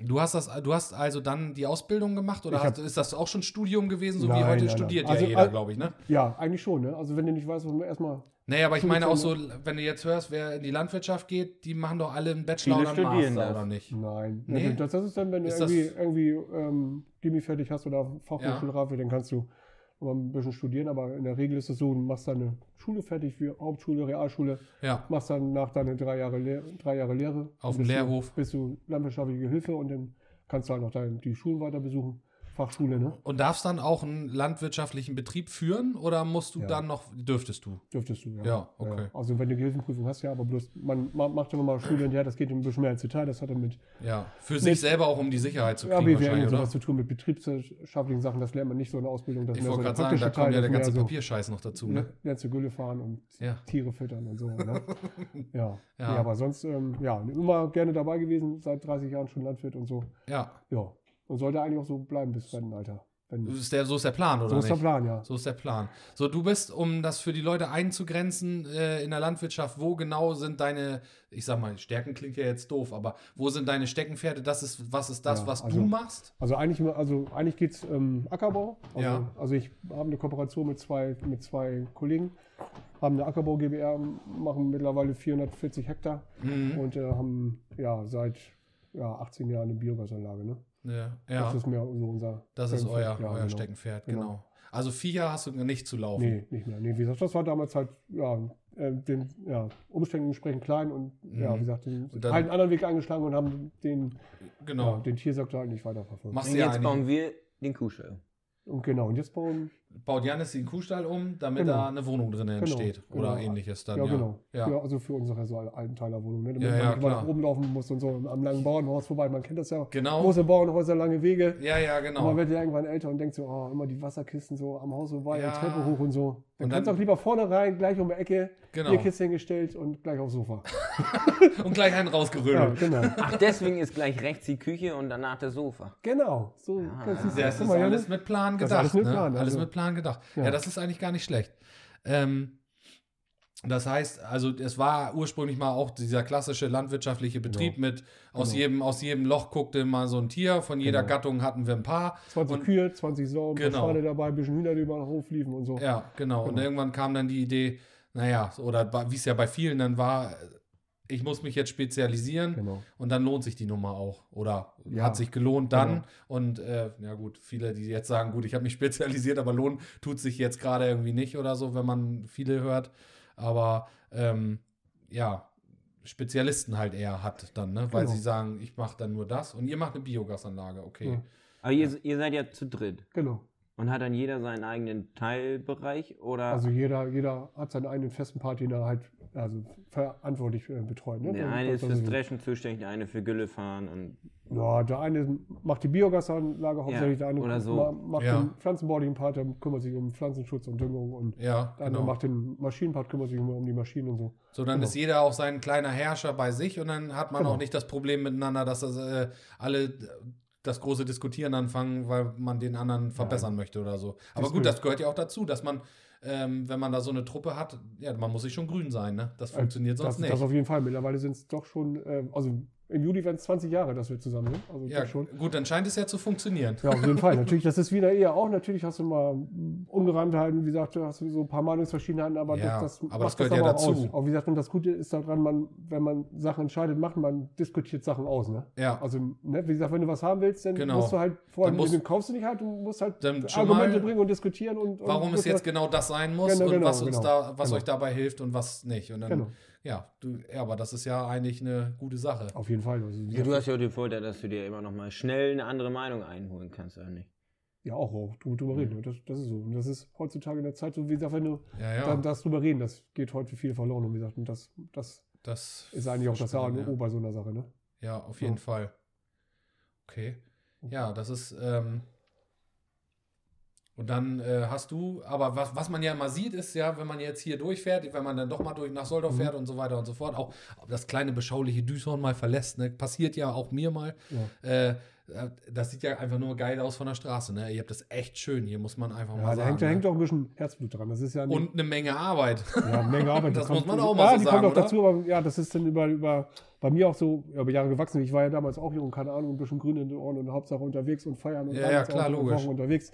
Speaker 2: du hast das, du hast also dann die Ausbildung gemacht oder
Speaker 3: Ich
Speaker 2: hast, ist das auch schon Studium gewesen, so wie
Speaker 3: Nein,
Speaker 2: heute
Speaker 3: nein, nein.
Speaker 2: studiert
Speaker 3: Also,
Speaker 2: ja jeder,
Speaker 3: äh,
Speaker 2: glaube ich, ne?
Speaker 3: Ja, eigentlich schon, ne? Also wenn du nicht weißt, was man erstmal.
Speaker 2: Naja, aber ich meine auch so,
Speaker 3: Studium,
Speaker 2: wenn du jetzt hörst, wer in die Landwirtschaft geht, die machen doch alle einen Bachelor
Speaker 1: Viele
Speaker 2: oder einen
Speaker 1: studieren
Speaker 2: Master,
Speaker 1: das.
Speaker 2: oder nicht?
Speaker 3: Nein.
Speaker 2: Nee.
Speaker 3: Das, das ist dann, wenn du
Speaker 2: Ist das-
Speaker 3: irgendwie, irgendwie ähm, Gimmi fertig hast oder Fachhochschulreife, dann kannst du noch mal ein bisschen studieren, aber in der Regel ist es so, du machst deine Schule fertig, wie Hauptschule, Realschule,
Speaker 2: Ja,
Speaker 3: machst dann nach deine drei Jahre, Lehr drei Jahre Lehre.
Speaker 2: Auf dem
Speaker 3: Bist du-
Speaker 2: Lehrhof.
Speaker 3: Bist du landwirtschaftliche Hilfe und dann kannst du halt noch dein, die Schulen weiter besuchen. Fachschule, ne?
Speaker 2: Und darfst dann auch einen landwirtschaftlichen Betrieb führen oder musst du
Speaker 3: Ja.
Speaker 2: dann noch, dürftest du?
Speaker 3: Dürftest du, ja.
Speaker 2: Ja, okay.
Speaker 3: Also wenn du Gehilfenprüfung hast, ja, aber bloß, man ma- macht immer mal Schule und ja, das geht ein bisschen mehr ins Detail, das hat dann mit
Speaker 2: Ja, für sich selber auch, um die Sicherheit zu
Speaker 3: Ja,
Speaker 2: kriegen
Speaker 3: BWL und
Speaker 2: wahrscheinlich,
Speaker 3: sowas
Speaker 2: oder?
Speaker 3: zu tun mit betriebswirtschaftlichen Sachen, das lernt man nicht so in der Ausbildung. Das
Speaker 2: Ich
Speaker 3: ist mehr
Speaker 2: wollte
Speaker 3: so
Speaker 2: gerade sagen, da
Speaker 3: also praktische Teil,
Speaker 2: kommt ja der
Speaker 3: das
Speaker 2: ganze
Speaker 3: mehr so,
Speaker 2: Papierscheiß noch dazu, ne?
Speaker 3: Lernst du Gülle fahren und
Speaker 2: Ja.
Speaker 3: Tiere füttern und so.
Speaker 2: [LAUGHS]
Speaker 3: Ne? ja.
Speaker 2: Ja.
Speaker 3: ja. aber sonst, ähm, ja, immer gerne dabei gewesen, seit 30 Jahren schon Landwirt und so.
Speaker 2: Ja.
Speaker 3: Ja, und sollte eigentlich auch so bleiben bis Rentenalter. Wenn,
Speaker 2: Ist der, so ist der Plan, oder
Speaker 3: so ist
Speaker 2: nicht?
Speaker 3: der Plan, ja.
Speaker 2: So ist der Plan. So, du bist, um das für die Leute einzugrenzen, äh, in der Landwirtschaft, wo genau sind deine, ich sag mal, Stärken klingt ja jetzt doof, aber wo sind deine Steckenpferde? Das ist, was ist das,
Speaker 3: Ja,
Speaker 2: was
Speaker 3: also-
Speaker 2: du machst?
Speaker 3: Also eigentlich, immer- also eigentlich geht es ähm, Ackerbau. Also,
Speaker 2: Ja.
Speaker 3: also ich habe eine Kooperation mit zwei, mit zwei Kollegen, haben eine Ackerbau GbR, machen mittlerweile 440 Hektar
Speaker 2: Hm? Mhm.
Speaker 3: und äh, haben ja seit ja, 18 Jahren eine Biogasanlage. Ne?
Speaker 2: Ja,
Speaker 3: Das
Speaker 2: ja
Speaker 3: ist mehr so unser.
Speaker 2: das ist
Speaker 3: Steckenpferd,
Speaker 2: euer,
Speaker 3: ja,
Speaker 2: euer
Speaker 3: genau.
Speaker 2: Steckenpferd, genau.
Speaker 3: Genau.
Speaker 2: Also Viecher hast du nicht zu laufen.
Speaker 3: Nee, nicht mehr. Nee, wie gesagt, das war damals halt ja, äh, den ja, Umständen entsprechend klein und ja, wie gesagt, den,
Speaker 2: Mhm. Und dann-
Speaker 3: einen anderen Weg eingeschlagen und haben den,
Speaker 2: Genau.
Speaker 3: ja, den Tiersektor halt nicht weiterverfolgt.
Speaker 2: Machst
Speaker 1: Und
Speaker 2: du ja
Speaker 1: jetzt
Speaker 2: eigentlich.
Speaker 1: bauen wir den Kuhstall.
Speaker 3: Und genau, und jetzt bauen
Speaker 2: Baut Janis den Kuhstall um, damit
Speaker 3: Genau.
Speaker 2: da eine Wohnung drin entsteht oder
Speaker 3: genau.
Speaker 2: ähnliches dann.
Speaker 3: ja, genau.
Speaker 2: Ja.
Speaker 3: Ja. also für unsere so Einteilerwohnung, ne? damit
Speaker 2: Ja,
Speaker 3: man
Speaker 2: ja,
Speaker 3: nicht weiter
Speaker 2: klar.
Speaker 3: oben laufen muss und so am langen Bauernhaus vorbei. Man kennt das ja.
Speaker 2: Genau.
Speaker 3: Große Bauernhäuser, lange Wege.
Speaker 2: Ja, ja,
Speaker 3: Und
Speaker 2: genau.
Speaker 3: man wird ja irgendwann älter und denkt so, oh, immer die Wasserkisten so am Haus vorbei,
Speaker 2: Ja.
Speaker 3: und Treppe hoch und so. Dann
Speaker 2: Und
Speaker 3: kannst du
Speaker 2: dann-
Speaker 3: auch lieber vorne rein, gleich um die Ecke,
Speaker 2: Genau.
Speaker 3: ihr Kiste hingestellt und gleich aufs Sofa.
Speaker 2: Und gleich einen
Speaker 3: Ja,
Speaker 2: rausgerödelt.
Speaker 3: genau.
Speaker 1: Ach, deswegen ist gleich rechts die Küche und danach das Sofa.
Speaker 3: genau. So,
Speaker 1: Ah.
Speaker 3: das ist,
Speaker 2: Ja, es
Speaker 3: guck
Speaker 2: ist
Speaker 3: mal,
Speaker 2: alles
Speaker 3: Janis.
Speaker 2: mit Plan
Speaker 3: Das
Speaker 2: gedacht.
Speaker 3: ist alles mit
Speaker 2: ne?
Speaker 3: Plan,
Speaker 2: Alles
Speaker 3: also-
Speaker 2: mit Plan gedacht. Ja.
Speaker 3: Ja.
Speaker 2: das ist eigentlich gar nicht schlecht. Ähm, das heißt, also es war ursprünglich mal auch dieser klassische landwirtschaftliche
Speaker 3: Genau.
Speaker 2: Betrieb mit aus jedem aus jedem Loch guckte mal so ein Tier, von jeder
Speaker 3: Genau.
Speaker 2: Gattung hatten wir ein paar.
Speaker 3: 20
Speaker 2: Und-
Speaker 3: Kühe, 20 Sauen, ein paar
Speaker 2: Genau.
Speaker 3: Schweine dabei, ein bisschen Hühner, die über den Hof liefen und so.
Speaker 2: Ja, genau. Und irgendwann kam dann die Idee, naja, so- oder ba- wie es ja bei vielen dann war, ich muss mich jetzt spezialisieren
Speaker 3: Genau.
Speaker 2: und dann lohnt sich die Nummer auch. Oder
Speaker 3: Ja. Genau.
Speaker 2: hat sich gelohnt dann. Und äh, ja gut, viele, die jetzt sagen, gut, ich habe mich [LAUGHS] spezialisiert, aber lohnt tut sich jetzt gerade irgendwie nicht oder so, wenn man viele hört. Aber ähm, ja, Spezialisten halt eher hat dann, ne? Weil
Speaker 3: Genau.
Speaker 2: sie sagen, ich mache dann nur das und ihr macht eine Biogasanlage, okay.
Speaker 3: Ja.
Speaker 1: Aber ihr, ihr seid ja zu dritt.
Speaker 3: Genau.
Speaker 1: Und hat dann jeder seinen eigenen Teilbereich oder?
Speaker 3: Also jeder, jeder hat seinen eigenen festen Part, den er halt also verantwortlich äh, betreut. Ne?
Speaker 1: der
Speaker 3: Und
Speaker 1: eine ist
Speaker 3: das- das
Speaker 1: fürs
Speaker 3: so.
Speaker 1: Dreschen zuständig, der eine für Gülle fahren und
Speaker 3: Ja, der eine macht die Biogasanlage hauptsächlich, der andere
Speaker 1: oder so.
Speaker 3: ma- macht
Speaker 2: Ja.
Speaker 3: den Pflanzenbauling-Part, der kümmert sich um Pflanzenschutz und Düngung und
Speaker 2: Ja,
Speaker 3: der andere
Speaker 2: genau.
Speaker 3: macht den Maschinenpart, kümmert sich immer um die Maschinen und so.
Speaker 2: So, dann
Speaker 3: Genau.
Speaker 2: ist jeder auch sein kleiner Herrscher bei sich und dann hat man
Speaker 3: Genau.
Speaker 2: auch nicht das Problem miteinander, dass das, äh, alle äh, das große Diskutieren anfangen, weil man den anderen verbessern möchte oder so. Aber
Speaker 3: Das
Speaker 2: gut,
Speaker 3: will-
Speaker 2: das gehört ja auch dazu, dass man, ähm, wenn man da so eine Truppe hat, ja, man muss sich schon grün sein, ne? Das funktioniert sonst
Speaker 3: Äh, das,
Speaker 2: nicht.
Speaker 3: Das auf jeden Fall. Mittlerweile sind es doch schon, äh, also im Juli werden es 20 Jahre, dass wir zusammen sind. Also
Speaker 2: ja,
Speaker 3: doch schon.
Speaker 2: gut, dann scheint es ja zu funktionieren.
Speaker 3: Ja, auf jeden Fall. Natürlich, das ist wieder eher auch. Natürlich hast du mal mm, Ungereimtheiten, wie gesagt, du hast so ein paar Meinungsverschiedenheiten, aber
Speaker 2: Ja,
Speaker 3: das, das
Speaker 2: aber
Speaker 3: macht
Speaker 2: das gehört ja
Speaker 3: aber auch
Speaker 2: dazu.
Speaker 3: Aus. Aber wie gesagt, und das Gute ist daran, man, wenn man Sachen entscheidet, macht man, diskutiert Sachen aus. Ne?
Speaker 2: Ja.
Speaker 3: Also, ne, wie gesagt, wenn du was haben willst, dann
Speaker 2: Genau.
Speaker 3: musst du halt vor allem,
Speaker 2: Dann musst-
Speaker 3: den kaufst du nicht halt, du musst halt
Speaker 2: Dann schon
Speaker 3: Argumente
Speaker 2: mal,
Speaker 3: bringen und diskutieren und, und
Speaker 2: Warum es
Speaker 3: musst
Speaker 2: jetzt
Speaker 3: halt-
Speaker 2: genau das sein muss
Speaker 3: Genau,
Speaker 2: und
Speaker 3: genau,
Speaker 2: was uns
Speaker 3: genau,
Speaker 2: da, was
Speaker 3: genau.
Speaker 2: euch dabei hilft und was nicht. Und dann,
Speaker 3: Genau.
Speaker 2: ja, du, ja, aber das ist ja eigentlich eine gute Sache.
Speaker 3: Auf jeden Fall. Also,
Speaker 1: Ja,
Speaker 3: wie gesagt,
Speaker 1: du hast ja auch den Vorteil, dass du dir immer noch mal schnell eine andere Meinung einholen kannst, oder nicht?
Speaker 3: ja, auch, auch drüber, drüber
Speaker 2: Mhm.
Speaker 3: reden. ne? Das, das ist so. Und das ist heutzutage in der Zeit so, wie gesagt, wenn du
Speaker 2: Ja, ja.
Speaker 3: dann das drüber reden, das geht heute für viele verloren. Und wie gesagt, und das, das
Speaker 2: das
Speaker 3: ist eigentlich auch das A und
Speaker 2: ja.
Speaker 3: O bei so einer Sache. Ne?
Speaker 2: Ja, auf jeden
Speaker 3: Ja.
Speaker 2: Fall. Okay. Ja, das ist. Ähm, und dann äh, hast du, aber was, was man ja immer sieht, ist ja, wenn man jetzt hier durchfährt, wenn man dann doch mal durch nach Soldau
Speaker 3: Mhm.
Speaker 2: fährt und so weiter und so fort, auch das kleine beschauliche Düsseldorf mal verlässt, ne? passiert ja auch mir mal.
Speaker 3: Ja.
Speaker 2: Äh, äh, das sieht ja einfach nur geil aus von der Straße. Ne? Ihr habt das echt schön, hier muss man einfach mal
Speaker 3: Ja, da
Speaker 2: sagen.
Speaker 3: hängt, da
Speaker 2: ne?
Speaker 3: hängt auch ein bisschen Herzblut dran. Das ist ja,
Speaker 2: und eine Menge Arbeit.
Speaker 3: [LAUGHS] ja, eine Menge Arbeit.
Speaker 2: das
Speaker 3: Die kommt-
Speaker 2: muss man auch mal
Speaker 3: ja,
Speaker 2: so
Speaker 3: die
Speaker 2: sagen,
Speaker 3: kommt auch
Speaker 2: oder?
Speaker 3: dazu, aber ja, das ist dann über, über bei mir auch so über Jahre gewachsen. Ich war ja damals auch hier und keine Ahnung, ein bisschen grün in den Ohren und Hauptsache unterwegs und feiern und
Speaker 2: Ja, ja,
Speaker 3: abends
Speaker 2: klar,
Speaker 3: auch und
Speaker 2: logisch.
Speaker 3: Wochen unterwegs.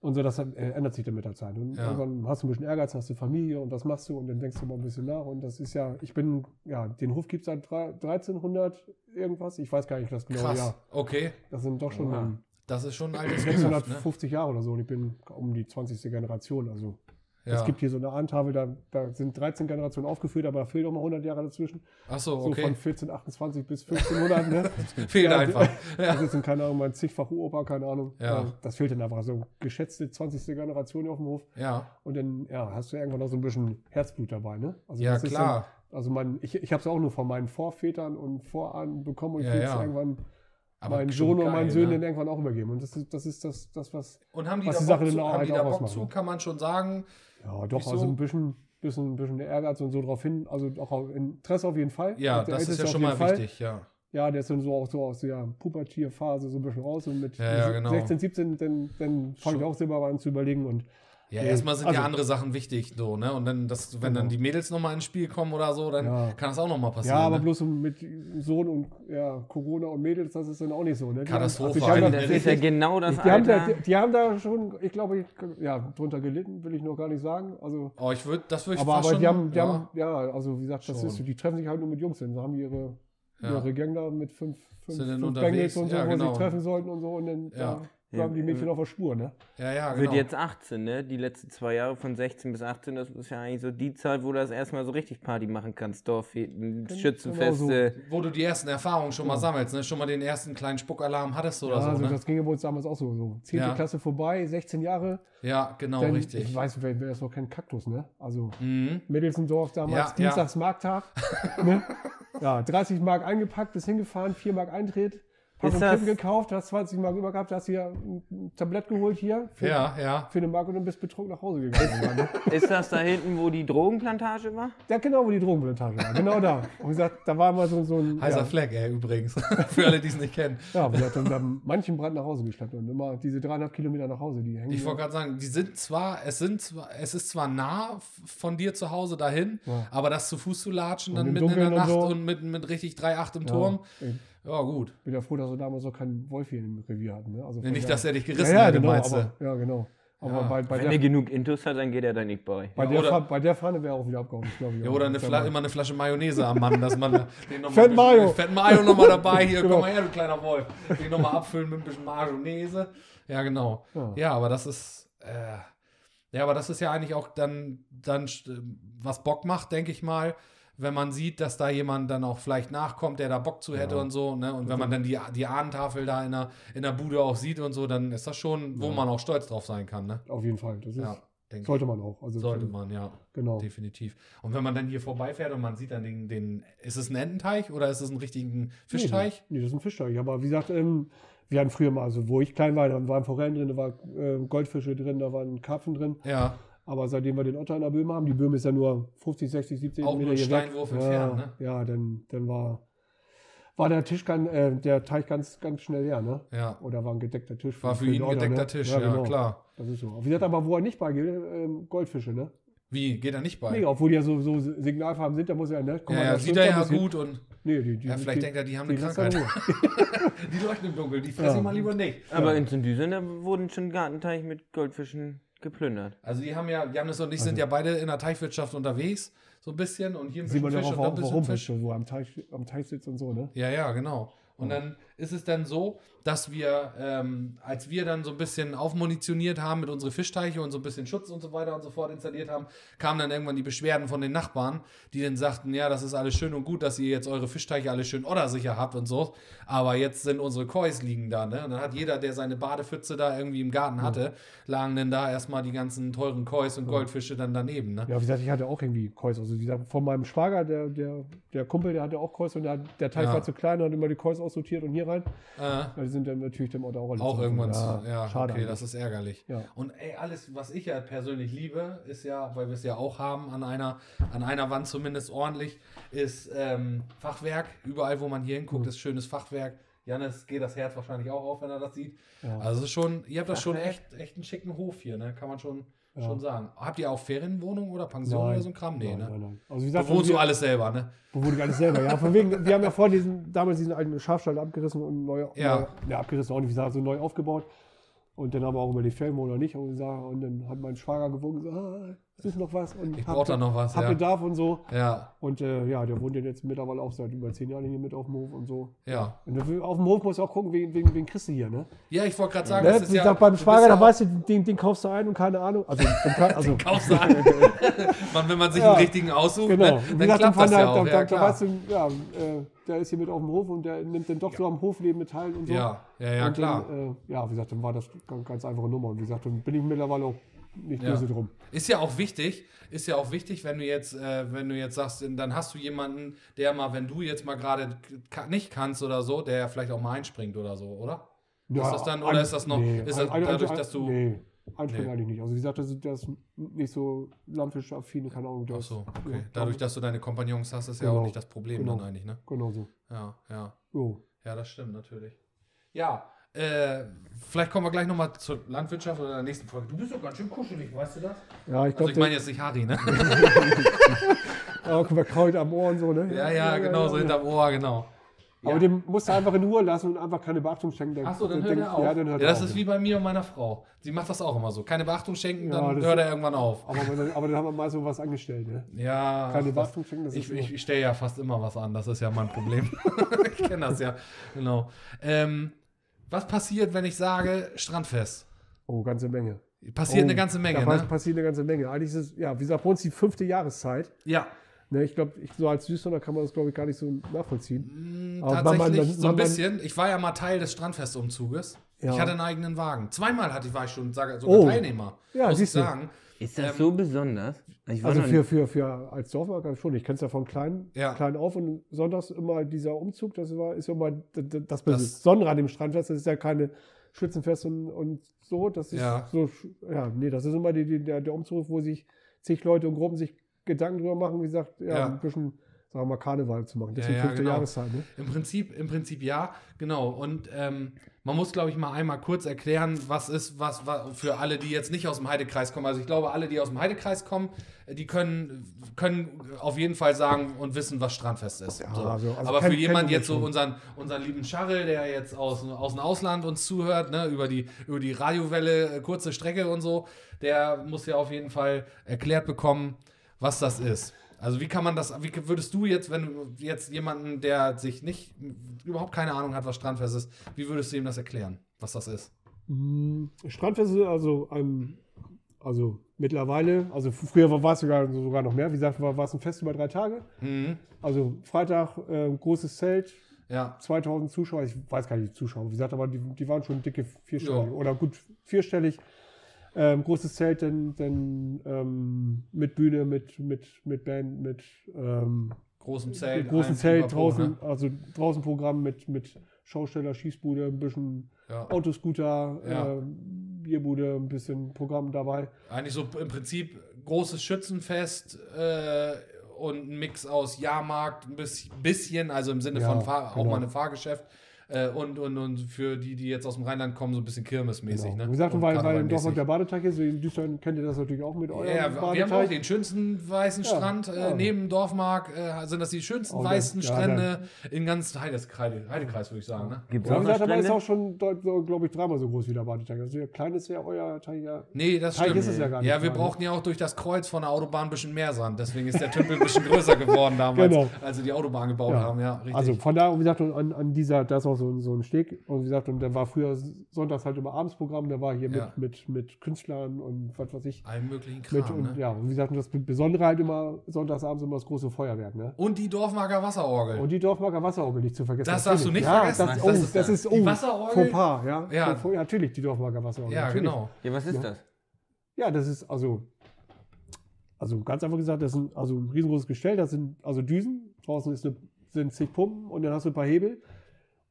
Speaker 3: Und so, das äh, ändert sich dann mit der Zeit. Und
Speaker 2: Ja.
Speaker 3: irgendwann hast du ein bisschen Ehrgeiz, hast du Familie und was machst du und dann denkst du mal ein bisschen nach. Und das ist ja, ich bin, ja, den Hof gibt es seit drei- 1300 irgendwas. Ich weiß gar nicht das genaue
Speaker 2: Krass.
Speaker 3: Jahr.
Speaker 2: Okay,
Speaker 3: Das sind doch schon
Speaker 1: Oha.
Speaker 3: ähm,
Speaker 2: das ist schon ein altes Geschäft. Ne?
Speaker 3: 650 Jahre oder so und ich bin um die 20. Generation. Also
Speaker 2: Ja.
Speaker 3: es gibt hier so eine Ahntafel, da, da sind 13 Generationen aufgeführt, aber da fehlen noch mal 100 Jahre dazwischen.
Speaker 2: Ach so,
Speaker 3: So von
Speaker 2: Oh, okay.
Speaker 3: 1428 bis 1500, ne?
Speaker 2: Fehlt
Speaker 3: Ja,
Speaker 2: einfach.
Speaker 3: [LAUGHS] Das ist ein, keine Ahnung, mein zigfach Uropa, keine Ahnung. Ähm,
Speaker 2: Ja.
Speaker 3: Das fehlt dann einfach so geschätzte 20. Generation hier auf dem Hof.
Speaker 2: Ja.
Speaker 3: Und dann ja, hast du irgendwann noch so ein bisschen Herzblut dabei, ne? Also
Speaker 2: ja,
Speaker 3: das ist
Speaker 2: klar.
Speaker 3: Dann, also mein, ich, ich habe es auch nur von meinen Vorvätern und Vorahnen bekommen und ich
Speaker 2: Ja,
Speaker 3: will es
Speaker 2: ja.
Speaker 3: irgendwann
Speaker 2: Aber
Speaker 3: meinen
Speaker 2: schon
Speaker 3: Sohn und
Speaker 2: geil,
Speaker 3: meinen Söhnen
Speaker 2: ne?
Speaker 3: dann irgendwann auch übergeben. Und das ist, das ist das, das, was.
Speaker 2: Und haben die
Speaker 3: was
Speaker 2: da
Speaker 3: die
Speaker 2: Bock,
Speaker 3: Sache
Speaker 2: zu,
Speaker 3: dann auch
Speaker 2: haben die
Speaker 3: halt
Speaker 2: da
Speaker 3: auch
Speaker 2: Bock
Speaker 3: ausmachen,
Speaker 2: zu,
Speaker 3: ne?
Speaker 2: kann man schon sagen.
Speaker 3: Ja, doch,
Speaker 2: Nicht
Speaker 3: also
Speaker 2: so?
Speaker 3: ein bisschen, bisschen, bisschen Ehrgeiz und so drauf hin, also auch Interesse auf jeden Fall.
Speaker 2: Ja,
Speaker 3: Der
Speaker 2: das ist
Speaker 3: Älteste
Speaker 2: ja
Speaker 3: auf
Speaker 2: schon mal
Speaker 3: jeden Fall.
Speaker 2: wichtig, ja.
Speaker 3: Ja, der ist dann so auch so aus der Pubertierphase so ein bisschen raus und mit
Speaker 2: Ja, ja, genau.
Speaker 3: 16, 17, dann, dann fange ich
Speaker 2: Schon.
Speaker 3: auch selber an zu überlegen und
Speaker 2: Ja,
Speaker 3: Nee,
Speaker 2: erstmal sind ja
Speaker 3: also-
Speaker 2: andere Sachen wichtig, so, ne? Und dann, das, wenn dann
Speaker 3: Genau.
Speaker 2: die Mädels nochmal ins Spiel kommen oder so, dann
Speaker 3: Ja.
Speaker 2: kann das auch nochmal passieren.
Speaker 3: ja, aber
Speaker 2: ne?
Speaker 3: bloß um mit Sohn und ja, Corona und Mädels, das ist dann auch nicht so. Ne? Die haben-
Speaker 2: Katastrophe
Speaker 3: also die
Speaker 2: Ja,
Speaker 3: haben da-
Speaker 2: eigentlich,
Speaker 1: das ist ja genau das
Speaker 3: Die haben, da,
Speaker 1: Alter.
Speaker 3: die, die haben da schon, ich glaube, ich- ja, drunter gelitten, will ich noch gar nicht sagen. Also,
Speaker 2: Oh, ich würde, das würde ich
Speaker 3: aber,
Speaker 2: fast
Speaker 3: aber
Speaker 2: schon,
Speaker 3: die haben, die
Speaker 2: ja.
Speaker 3: haben, ja, also wie gesagt, das
Speaker 2: Schon.
Speaker 3: ist so, die treffen sich halt nur mit Jungs hin. Da haben die ihre,
Speaker 2: Ja.
Speaker 3: ihre Gang da mit fünf, fünf,
Speaker 2: Sind dann
Speaker 3: fünf
Speaker 2: unterwegs,
Speaker 3: Bengals und so,
Speaker 2: ja,
Speaker 3: wo sie
Speaker 2: genau.
Speaker 3: sich treffen sollten und so. Und dann
Speaker 2: Ja.
Speaker 3: da bleiben die Mädchen auf der Spur, ne?
Speaker 2: ja, ja,
Speaker 1: Wird
Speaker 2: genau.
Speaker 1: jetzt 18, ne? Die letzten zwei Jahre von 16 bis 18, das ist ja eigentlich so die Zeit, wo du das erstmal so richtig Party machen kannst. Dorffäten,
Speaker 3: Genau
Speaker 1: Schützenfeste.
Speaker 2: Wo du die ersten Erfahrungen schon mal sammelst, ne? Schon mal den ersten kleinen Spuckalarm hattest oder
Speaker 3: Ja,
Speaker 2: so,
Speaker 3: also
Speaker 2: ne?
Speaker 3: das ging ja bei uns damals auch so. so. 10.
Speaker 2: Ja.
Speaker 3: Klasse vorbei, 16 Jahre.
Speaker 2: Ja, genau,
Speaker 3: dann,
Speaker 2: richtig.
Speaker 3: Ich weiß, wer, wer ist noch kein Kaktus, ne? Also
Speaker 2: Mhm.
Speaker 3: Middelsendorf damals,
Speaker 2: Ja, ja.
Speaker 3: Dienstags Markttag.
Speaker 2: [LAUGHS]
Speaker 3: ne? Ja, 30 Mark eingepackt, bist hingefahren, 4 Mark Eintritt. Hast
Speaker 1: Ist
Speaker 3: einen Kippen
Speaker 1: das-
Speaker 3: gekauft, hast 20 Mark über gehabt, hast hier ein ein Tablett geholt hier für,
Speaker 2: Ja, ja.
Speaker 3: für eine Mark und dann bist betrunken nach Hause gegangen.
Speaker 2: [LAUGHS]
Speaker 3: ne?
Speaker 1: Ist das da hinten, wo die Drogenplantage war?
Speaker 3: Ja, genau, wo die Drogenplantage war. Genau da. Und wie gesagt, da war mal so, so ein.
Speaker 2: Heißer
Speaker 3: ja,
Speaker 2: Fleck, ey, übrigens. [LAUGHS] Für alle, die es nicht kennen.
Speaker 3: ja, wir hatten dann manchen Brand nach Hause geschleppt und immer diese dreieinhalb Kilometer nach Hause, die hängen.
Speaker 2: Ich wollte gerade sagen, die sind zwar, es sind zwar, es ist zwar nah f- von dir zu Hause dahin,
Speaker 3: Ja.
Speaker 2: aber das zu Fuß zu latschen,
Speaker 3: Und
Speaker 2: dann
Speaker 3: im
Speaker 2: mitten in der
Speaker 3: Dunkeln und
Speaker 2: Nacht
Speaker 3: so.
Speaker 2: und mit, mit richtig 3,8 im
Speaker 3: ja,
Speaker 2: Turm.
Speaker 3: ey,
Speaker 2: Ja, gut.
Speaker 3: bin ja froh, dass wir damals auch keinen Wolf hier im Revier hatten. Ne? Also von
Speaker 2: Nicht,
Speaker 3: daher-
Speaker 2: dass er dich
Speaker 3: ja,
Speaker 2: gerissen
Speaker 3: ja,
Speaker 2: hätte,
Speaker 3: genau,
Speaker 2: meinst du?
Speaker 3: aber, ja, genau. Aber
Speaker 2: Ja.
Speaker 3: bei, bei,
Speaker 1: Wenn er
Speaker 3: der,
Speaker 1: genug Intus hat, dann geht er da nicht bei.
Speaker 3: bei,
Speaker 2: Ja,
Speaker 3: der
Speaker 2: oder-
Speaker 3: Fa- bei der Fahne wäre er auch wieder abgehauen, glaube ich.
Speaker 2: Ja,
Speaker 3: auch.
Speaker 2: oder eine
Speaker 3: Sag
Speaker 2: Fla
Speaker 3: mal.
Speaker 2: immer eine Flasche Mayonnaise am Mann, dass
Speaker 3: [LAUGHS]
Speaker 2: man den nochmal.
Speaker 3: Fett Mayo.
Speaker 2: Fett Mayo nochmal dabei hier.
Speaker 3: [LAUGHS] Genau.
Speaker 2: Komm mal her, du kleiner Wolf. Den nochmal abfüllen mit ein bisschen Mayonnaise. Ja, genau. Ja,
Speaker 3: Ja.
Speaker 2: aber das ist. Äh, ja, aber das ist ja eigentlich auch dann, dann st- was Bock macht, denke ich mal. Wenn man sieht, dass da jemand dann auch vielleicht nachkommt, der da Bock zu hätte und so, ne? Und wenn man dann die, die Ahnentafel da in der, in der Bude auch sieht und so, dann ist das schon, wo man auch stolz drauf sein kann, ne?
Speaker 3: Auf jeden Fall. Das ist,
Speaker 2: Ja. denke
Speaker 3: Sollte man auch. Also
Speaker 2: ich. Sollte man, ja.
Speaker 3: Genau.
Speaker 2: Definitiv. Und wenn man dann hier vorbeifährt und man sieht dann den, den ist es ein Ententeich oder ist es ein richtigen Fischteich?
Speaker 3: Nee, nee, das ist ein Fischteich. Aber wie gesagt, ähm, wir hatten früher mal, also wo ich klein war, da waren Forellen drin, da waren äh, Goldfische drin, da waren Karpfen drin.
Speaker 2: Ja,
Speaker 3: Aber seitdem wir den Otter in der Böhme haben, die Böhme ist ja nur 50, 60, 70
Speaker 2: Auch nur
Speaker 3: Meter
Speaker 2: ein
Speaker 3: hier
Speaker 2: Steinwurf
Speaker 3: weg.
Speaker 2: entfernt,
Speaker 3: ja,
Speaker 2: ne?
Speaker 3: ja, dann, dann war, war der Tisch ganz, äh, der Teich ganz, ganz schnell leer, ne?
Speaker 2: ja.
Speaker 3: Oder war ein gedeckter Tisch.
Speaker 2: War für ihn ein
Speaker 3: den Otter,
Speaker 2: gedeckter
Speaker 3: ne?
Speaker 2: Tisch, ja,
Speaker 3: genau.
Speaker 2: klar.
Speaker 3: Das ist so. Wie gesagt, aber wo er nicht bei gilt, ähm, Goldfische, ne?
Speaker 2: Wie, geht er nicht bei?
Speaker 3: Nee, obwohl die ja so, so Signalfarben sind, da muss er, ne? Guck
Speaker 2: ja,
Speaker 3: mal,
Speaker 2: ja,
Speaker 3: da
Speaker 2: sieht
Speaker 3: schwimmt
Speaker 2: er
Speaker 3: er ein
Speaker 2: ja
Speaker 3: bisschen.
Speaker 2: gut und
Speaker 3: Nee, die, die,
Speaker 2: ja, vielleicht
Speaker 3: die,
Speaker 2: denkt er, die haben
Speaker 3: die
Speaker 2: eine
Speaker 3: lässt er
Speaker 2: Krankheit.
Speaker 3: in Ruhe.
Speaker 2: Die leuchten im Dunkeln, die fressen
Speaker 3: Ja.
Speaker 2: mal lieber nicht.
Speaker 1: Aber in Sindüsen, da wurden schon Gartenteich mit Goldfischen geplündert.
Speaker 2: Also die haben ja, Janis und ich sind
Speaker 3: Also-
Speaker 2: ja beide in der Teichwirtschaft unterwegs, so ein bisschen und hier ein bisschen
Speaker 3: Sieht man ja
Speaker 2: [LAUGHS] Fisch
Speaker 3: auch,
Speaker 2: und dann ein bisschen
Speaker 3: warum, warum
Speaker 2: Fisch.
Speaker 3: Fische, wo er am Teich, am Teich sitzt und so, ne?
Speaker 2: Ja, ja, genau. Und dann ist es dann so, dass wir, ähm, als wir dann so ein bisschen aufmunitioniert haben mit unsere Fischteiche und so ein bisschen Schutz und so weiter und so fort installiert haben, kamen dann irgendwann die Beschwerden von den Nachbarn, die dann sagten, ja, das ist alles schön und gut, dass ihr jetzt eure Fischteiche alle schön oddersicher habt und so, aber jetzt sind unsere Kois liegen da, ne? Und dann hat jeder, der seine Badepfütze da irgendwie im Garten hatte, lagen dann da erstmal die ganzen teuren Kois und Goldfische dann daneben, ne?
Speaker 3: Ja, wie gesagt, ich hatte auch irgendwie Kreuz. Also wie gesagt, von meinem Schwager, der, der, der Kumpel, der hatte auch Kreuz und der, hat- der Teich
Speaker 2: Ja.
Speaker 3: war zu klein, der hat immer die Kreuz aussortiert und hier rein.
Speaker 2: Äh,
Speaker 3: Ja, die sind dann natürlich dem Auto auch alle
Speaker 2: auch
Speaker 3: zu-
Speaker 2: irgendwann, ja, ja
Speaker 3: schade.
Speaker 2: okay,
Speaker 3: eigentlich.
Speaker 2: das ist ärgerlich.
Speaker 3: ja.
Speaker 2: Und ey, alles, was ich ja persönlich liebe, ist ja, weil wir es ja auch haben, an einer, an einer Wand zumindest ordentlich, ist ähm, Fachwerk. Überall, wo man hier hinguckt, ist schönes Fachwerk. Janis geht das Herz wahrscheinlich auch auf, wenn er das sieht.
Speaker 3: Ja.
Speaker 2: Also es ist schon, ihr habt das schon echt, echt einen schicken Hof hier, ne? Kann man schon,
Speaker 3: Ja.
Speaker 2: schon sagen. Habt ihr auch Ferienwohnung oder Pension
Speaker 3: Nein.
Speaker 2: oder so ein Kram? Nee,
Speaker 3: nein,
Speaker 2: ne?
Speaker 3: nein, nein. Also wie
Speaker 2: Da
Speaker 3: gesagt,
Speaker 2: wohnst
Speaker 3: wir,
Speaker 2: du alles selber, ne?
Speaker 3: wurde gar nicht selber. Ja, von wegen, wir haben ja vor diesen, damals diesen alten Schafstall abgerissen und neu,
Speaker 2: Ja.
Speaker 3: neu ja, abgerissen auch nicht, wie gesagt, so neu aufgebaut. Und dann haben wir auch über die Filme oder nicht und, gesagt, und dann hat mein Schwager gewogen, gesagt, ah, es ist noch was und
Speaker 2: Ich
Speaker 3: hab-
Speaker 2: brauch da noch was,
Speaker 3: hab
Speaker 2: ja.
Speaker 3: Bedarf und so.
Speaker 2: Ja,
Speaker 3: Und äh, ja, der wohnt ja jetzt mittlerweile auch seit über zehn Jahren hier mit auf dem Hof und so.
Speaker 2: ja.
Speaker 3: Und dafür- auf dem Hof muss auch gucken, wegen, wegen, wegen Christi hier, ne?
Speaker 2: Ja, ich wollte gerade sagen,
Speaker 3: ne?
Speaker 2: das ist
Speaker 3: Wie
Speaker 2: ja.
Speaker 3: gesagt, beim
Speaker 2: du bist
Speaker 3: Schwager,
Speaker 2: ja [LAUGHS]
Speaker 3: da
Speaker 2: auch-
Speaker 3: weißt du, den, den kaufst du ein und keine Ahnung. Also, den
Speaker 2: [LAUGHS]
Speaker 3: kann- also
Speaker 2: Kaufst du an. Man, wenn man
Speaker 3: [LAUGHS]
Speaker 2: sich
Speaker 3: Ja.
Speaker 2: einen richtigen aussucht,
Speaker 3: genau.
Speaker 2: ne,
Speaker 3: Und wie
Speaker 2: dann
Speaker 3: gesagt,
Speaker 2: klappt
Speaker 3: dann
Speaker 2: das ja
Speaker 3: fahren
Speaker 2: auch.
Speaker 3: halt-
Speaker 2: ja,
Speaker 3: da, da, da
Speaker 2: klar.
Speaker 3: weißt du, ja, äh, der ist hier mit auf dem Hof und der nimmt dann doch so am Hofleben mit teil und so.
Speaker 2: Ja, ja, ja,
Speaker 3: und
Speaker 2: klar.
Speaker 3: Dann, äh, ja, wie gesagt, dann war das ganz, ganz einfache Nummer. Und wie gesagt, dann bin ich mittlerweile auch nicht
Speaker 2: Ja.
Speaker 3: böse drum.
Speaker 2: Ist ja auch wichtig, ist ja auch wichtig, wenn du jetzt, äh, wenn du jetzt sagst, dann hast du jemanden, der mal, wenn du jetzt mal gerade ka- nicht kannst oder so, der vielleicht auch mal einspringt oder so, oder? Ist das dann- oder
Speaker 3: ein-
Speaker 2: ist das noch- ist das
Speaker 3: ein- ein-
Speaker 2: dadurch,
Speaker 3: ein-
Speaker 2: dass du-
Speaker 3: Nee, einspringen
Speaker 2: Nee.
Speaker 3: eigentlich nicht. Also wie gesagt, das ist, das ist nicht so lampisch-affine, keine Ahnung.
Speaker 2: Ach
Speaker 3: Das,
Speaker 2: so, okay.
Speaker 3: ja,
Speaker 2: Dadurch, dass du deine Kompagnons hast, ist ja auch
Speaker 3: Genau.
Speaker 2: nicht das Problem
Speaker 3: Genau.
Speaker 2: dann eigentlich, ne?
Speaker 3: Genau so.
Speaker 2: Ja, ja.
Speaker 3: Jo.
Speaker 2: Ja, das stimmt natürlich. Ja, äh, vielleicht kommen wir gleich nochmal zur Landwirtschaft oder der nächsten Folge. Du bist doch ganz schön kuschelig, weißt du das?
Speaker 3: Ja, ich
Speaker 2: Also
Speaker 3: glaube,
Speaker 2: ich meine jetzt nicht Harry,
Speaker 3: [LAUGHS]
Speaker 2: ne?
Speaker 3: da guck mal, Kraut am Ohr und so, ne?
Speaker 2: ja, [LAUGHS] ja, genau, so hinterm Ohr, genau.
Speaker 3: Aber
Speaker 2: Ja.
Speaker 3: dem musst du einfach in Ruhe lassen und einfach keine Beachtung schenken. Der-
Speaker 2: Ach so, dann
Speaker 3: der
Speaker 2: hört
Speaker 3: denkt-
Speaker 2: er auf.
Speaker 3: Ja, dann hört
Speaker 2: ja,
Speaker 3: er
Speaker 2: das
Speaker 3: auf.
Speaker 2: ist wie bei mir und meiner Frau. Sie macht das auch immer so. Keine Beachtung schenken,
Speaker 3: Ja,
Speaker 2: dann
Speaker 3: das-
Speaker 2: hört er irgendwann auf.
Speaker 3: Aber, dann- aber dann haben wir mal so was angestellt, ne?
Speaker 2: Ja.
Speaker 3: Keine
Speaker 2: das-
Speaker 3: Beachtung schenken, das
Speaker 2: Ich,
Speaker 3: ist
Speaker 2: ich, ich stelle ja fast immer was an, das ist ja mein Problem. [LAUGHS] ich kenne das ja. Genau. Ähm, was passiert, wenn ich sage Strandfest?
Speaker 3: Oh, ganze Menge.
Speaker 2: Passiert
Speaker 3: oh,
Speaker 2: eine ganze Menge,
Speaker 3: da pass-
Speaker 2: ne?
Speaker 3: passiert eine ganze Menge. Eigentlich ist es, ja, wie gesagt, bei uns die fünfte Jahreszeit.
Speaker 2: Ja.
Speaker 3: Ne, ich glaube, ich, so als Süßhunder kann man das, glaube ich, gar nicht so nachvollziehen.
Speaker 2: Hm,
Speaker 3: Aber
Speaker 2: Tatsächlich
Speaker 3: man- man-
Speaker 2: so ein
Speaker 3: man- man-
Speaker 2: bisschen. Ich war ja mal Teil des Strandfestumzuges.
Speaker 3: Ja.
Speaker 2: Ich hatte einen eigenen Wagen. Zweimal hatte ich, war ich schon sogar sogar
Speaker 3: Oh.
Speaker 2: Teilnehmer.
Speaker 3: Ja,
Speaker 2: muss ich
Speaker 3: siehst du.
Speaker 2: sagen.
Speaker 1: Ist das so besonders? Ich war
Speaker 3: Also
Speaker 1: noch
Speaker 3: für,
Speaker 1: nicht-
Speaker 3: für, für als Dorfmarker schon. Ich kenne es ja von klein,
Speaker 2: Ja.
Speaker 3: klein auf und sonntags immer dieser Umzug, das war, ist ja immer d- d- das Besondere an dem Strandfest, das ist ja keine Schützenfest und, und so. Das ist
Speaker 2: Ja.
Speaker 3: so sch- ja, nee, das ist immer die, die, der, der Umzug, wo sich zig Leute und Gruppen sich Gedanken drüber machen, wie gesagt, ja,
Speaker 2: Ja.
Speaker 3: ein bisschen, sagen wir mal, Karneval zu machen. Deswegen
Speaker 2: ja,
Speaker 3: fünfte
Speaker 2: genau.
Speaker 3: Jahreszeit, ne?
Speaker 2: Im Prinzip, im Prinzip ja, genau. Und ähm, man muss, glaube ich, mal einmal kurz erklären, was ist, was, was für alle, die jetzt nicht aus dem Heidekreis kommen. Also ich glaube, alle, die aus dem Heidekreis kommen, äh, die können, können auf jeden Fall sagen und wissen, was Strandfest ist. so.
Speaker 3: also- also
Speaker 2: Aber
Speaker 3: kenn-
Speaker 2: für jemanden
Speaker 3: kennen wir
Speaker 2: jetzt so
Speaker 3: schon.
Speaker 2: unseren, unseren lieben Charrel, der jetzt aus, aus dem Ausland uns zuhört, ne, über, die, über die Radiowelle, äh, kurze Strecke und so, der muss ja auf jeden Fall erklärt bekommen, was das ist. Also wie kann man das, wie würdest du jetzt, wenn du jetzt jemanden, der sich nicht, überhaupt keine Ahnung hat, was Strandfest ist, wie würdest du ihm das erklären, was das ist?
Speaker 3: Mm, Strandfest ist also, ähm, also mittlerweile, also früher war war es sogar, sogar noch mehr, wie gesagt, war war es ein Fest über drei Tage.
Speaker 2: Mhm.
Speaker 3: Also Freitag, äh, großes Zelt,
Speaker 2: Ja,
Speaker 3: 2000 Zuschauer, ich weiß gar nicht, die Zuschauer, wie gesagt, aber die, die waren schon dicke vierstellig
Speaker 2: Ja.
Speaker 3: oder gut vierstellig. Ähm, großes Zelt, dann, dann ähm, mit Bühne, mit, mit, mit Band, mit, ähm,
Speaker 2: Großem Zelt.
Speaker 3: mit großem
Speaker 2: ein
Speaker 3: Zelt
Speaker 2: Überpunkt,
Speaker 3: draußen,
Speaker 2: ne?
Speaker 3: also draußen Programm mit, mit Schausteller, Schießbude, ein bisschen
Speaker 2: ne? Ja.
Speaker 3: Autoscooter,
Speaker 2: Ja.
Speaker 3: äh, Bierbude, ein bisschen Programm dabei.
Speaker 2: Eigentlich so im Prinzip großes Schützenfest äh, und ein Mix aus Jahrmarkt, ein bis- bisschen, also im Sinne
Speaker 3: Ja,
Speaker 2: von Fahr auch
Speaker 3: genau.
Speaker 2: mal ein Fahrgeschäft. Äh, und, und, und für die, die jetzt aus dem Rheinland kommen, so ein bisschen kirmesmäßig.
Speaker 3: Genau.
Speaker 2: Ne?
Speaker 3: Wie gesagt,
Speaker 2: Und
Speaker 3: weil, weil im
Speaker 2: karnevalmäßig.
Speaker 3: Dortmund der Badeteig ist, in Düsseldorf kennt ihr das natürlich auch mit eurem
Speaker 2: Ja, wir haben auch
Speaker 3: Badeteig.
Speaker 2: den schönsten weißen
Speaker 3: Ja,
Speaker 2: Strand äh,
Speaker 3: ja.
Speaker 2: neben Dorfmark. Äh, sind das die schönsten
Speaker 3: Oh, der-
Speaker 2: weißen
Speaker 3: ja,
Speaker 2: Strände in ganz Heides, Heide, Heidekreis, würde ich sagen. Ne?
Speaker 1: Gibt's
Speaker 3: Ja,
Speaker 1: auch
Speaker 3: wie
Speaker 1: noch
Speaker 3: gesagt, aber ist
Speaker 1: Strände?
Speaker 3: auch schon, glaube ich, dreimal so groß wie der Badeteig. Also, der kleine ist ja euer Teig ja.
Speaker 2: Nee, das
Speaker 3: Teig
Speaker 2: stimmt.
Speaker 3: ist es ja gar nicht.
Speaker 2: Ja, wir
Speaker 3: mal, ne?
Speaker 2: brauchten ja auch durch das Kreuz von der Autobahn ein bisschen mehr Sand. Deswegen ist der Tümpel ein bisschen größer geworden
Speaker 3: [LAUGHS]
Speaker 2: damals,
Speaker 3: Genau.
Speaker 2: als sie die Autobahn gebaut
Speaker 3: Ja.
Speaker 2: haben. Ja, richtig.
Speaker 3: Also von daher, wie gesagt, und an, an dieser, da ist auch so, ein- so ein Steg. Und wie gesagt, und da war früher sonntags halt immer Abendsprogramm, da war hier
Speaker 2: Ja.
Speaker 3: mit, mit, mit Künstlern und was weiß ich.
Speaker 2: Allen möglichen Kram.
Speaker 3: Mit, und
Speaker 2: ne?
Speaker 3: ja, und wie gesagt, und das Besondere halt immer sonntagsabends immer das große Feuerwerk, ne?
Speaker 2: und die Dorfmarker Wasserorgel.
Speaker 3: Und die Dorfmarker Wasserorgel nicht zu vergessen.
Speaker 2: Das darfst du
Speaker 3: Natürlich.
Speaker 2: nicht
Speaker 3: ja,
Speaker 2: vergessen.
Speaker 3: Das,
Speaker 2: Nein,
Speaker 3: oh,
Speaker 2: das
Speaker 3: das
Speaker 2: ist
Speaker 3: ist,
Speaker 2: ja-
Speaker 3: das ist oh,
Speaker 2: die Wasserorgel-
Speaker 3: Fauxpas, ja.
Speaker 2: Ja.
Speaker 3: Fauxpas, ja, natürlich die Dorfmarker Wasserorgel.
Speaker 2: ja,
Speaker 3: natürlich.
Speaker 2: genau.
Speaker 1: Ja, was ist das?
Speaker 3: Ja, das ist also, also ganz einfach gesagt, das sind also ein riesengroßes Gestell, das sind also Düsen, draußen ist eine, sind zig Pumpen und dann hast du ein paar Hebel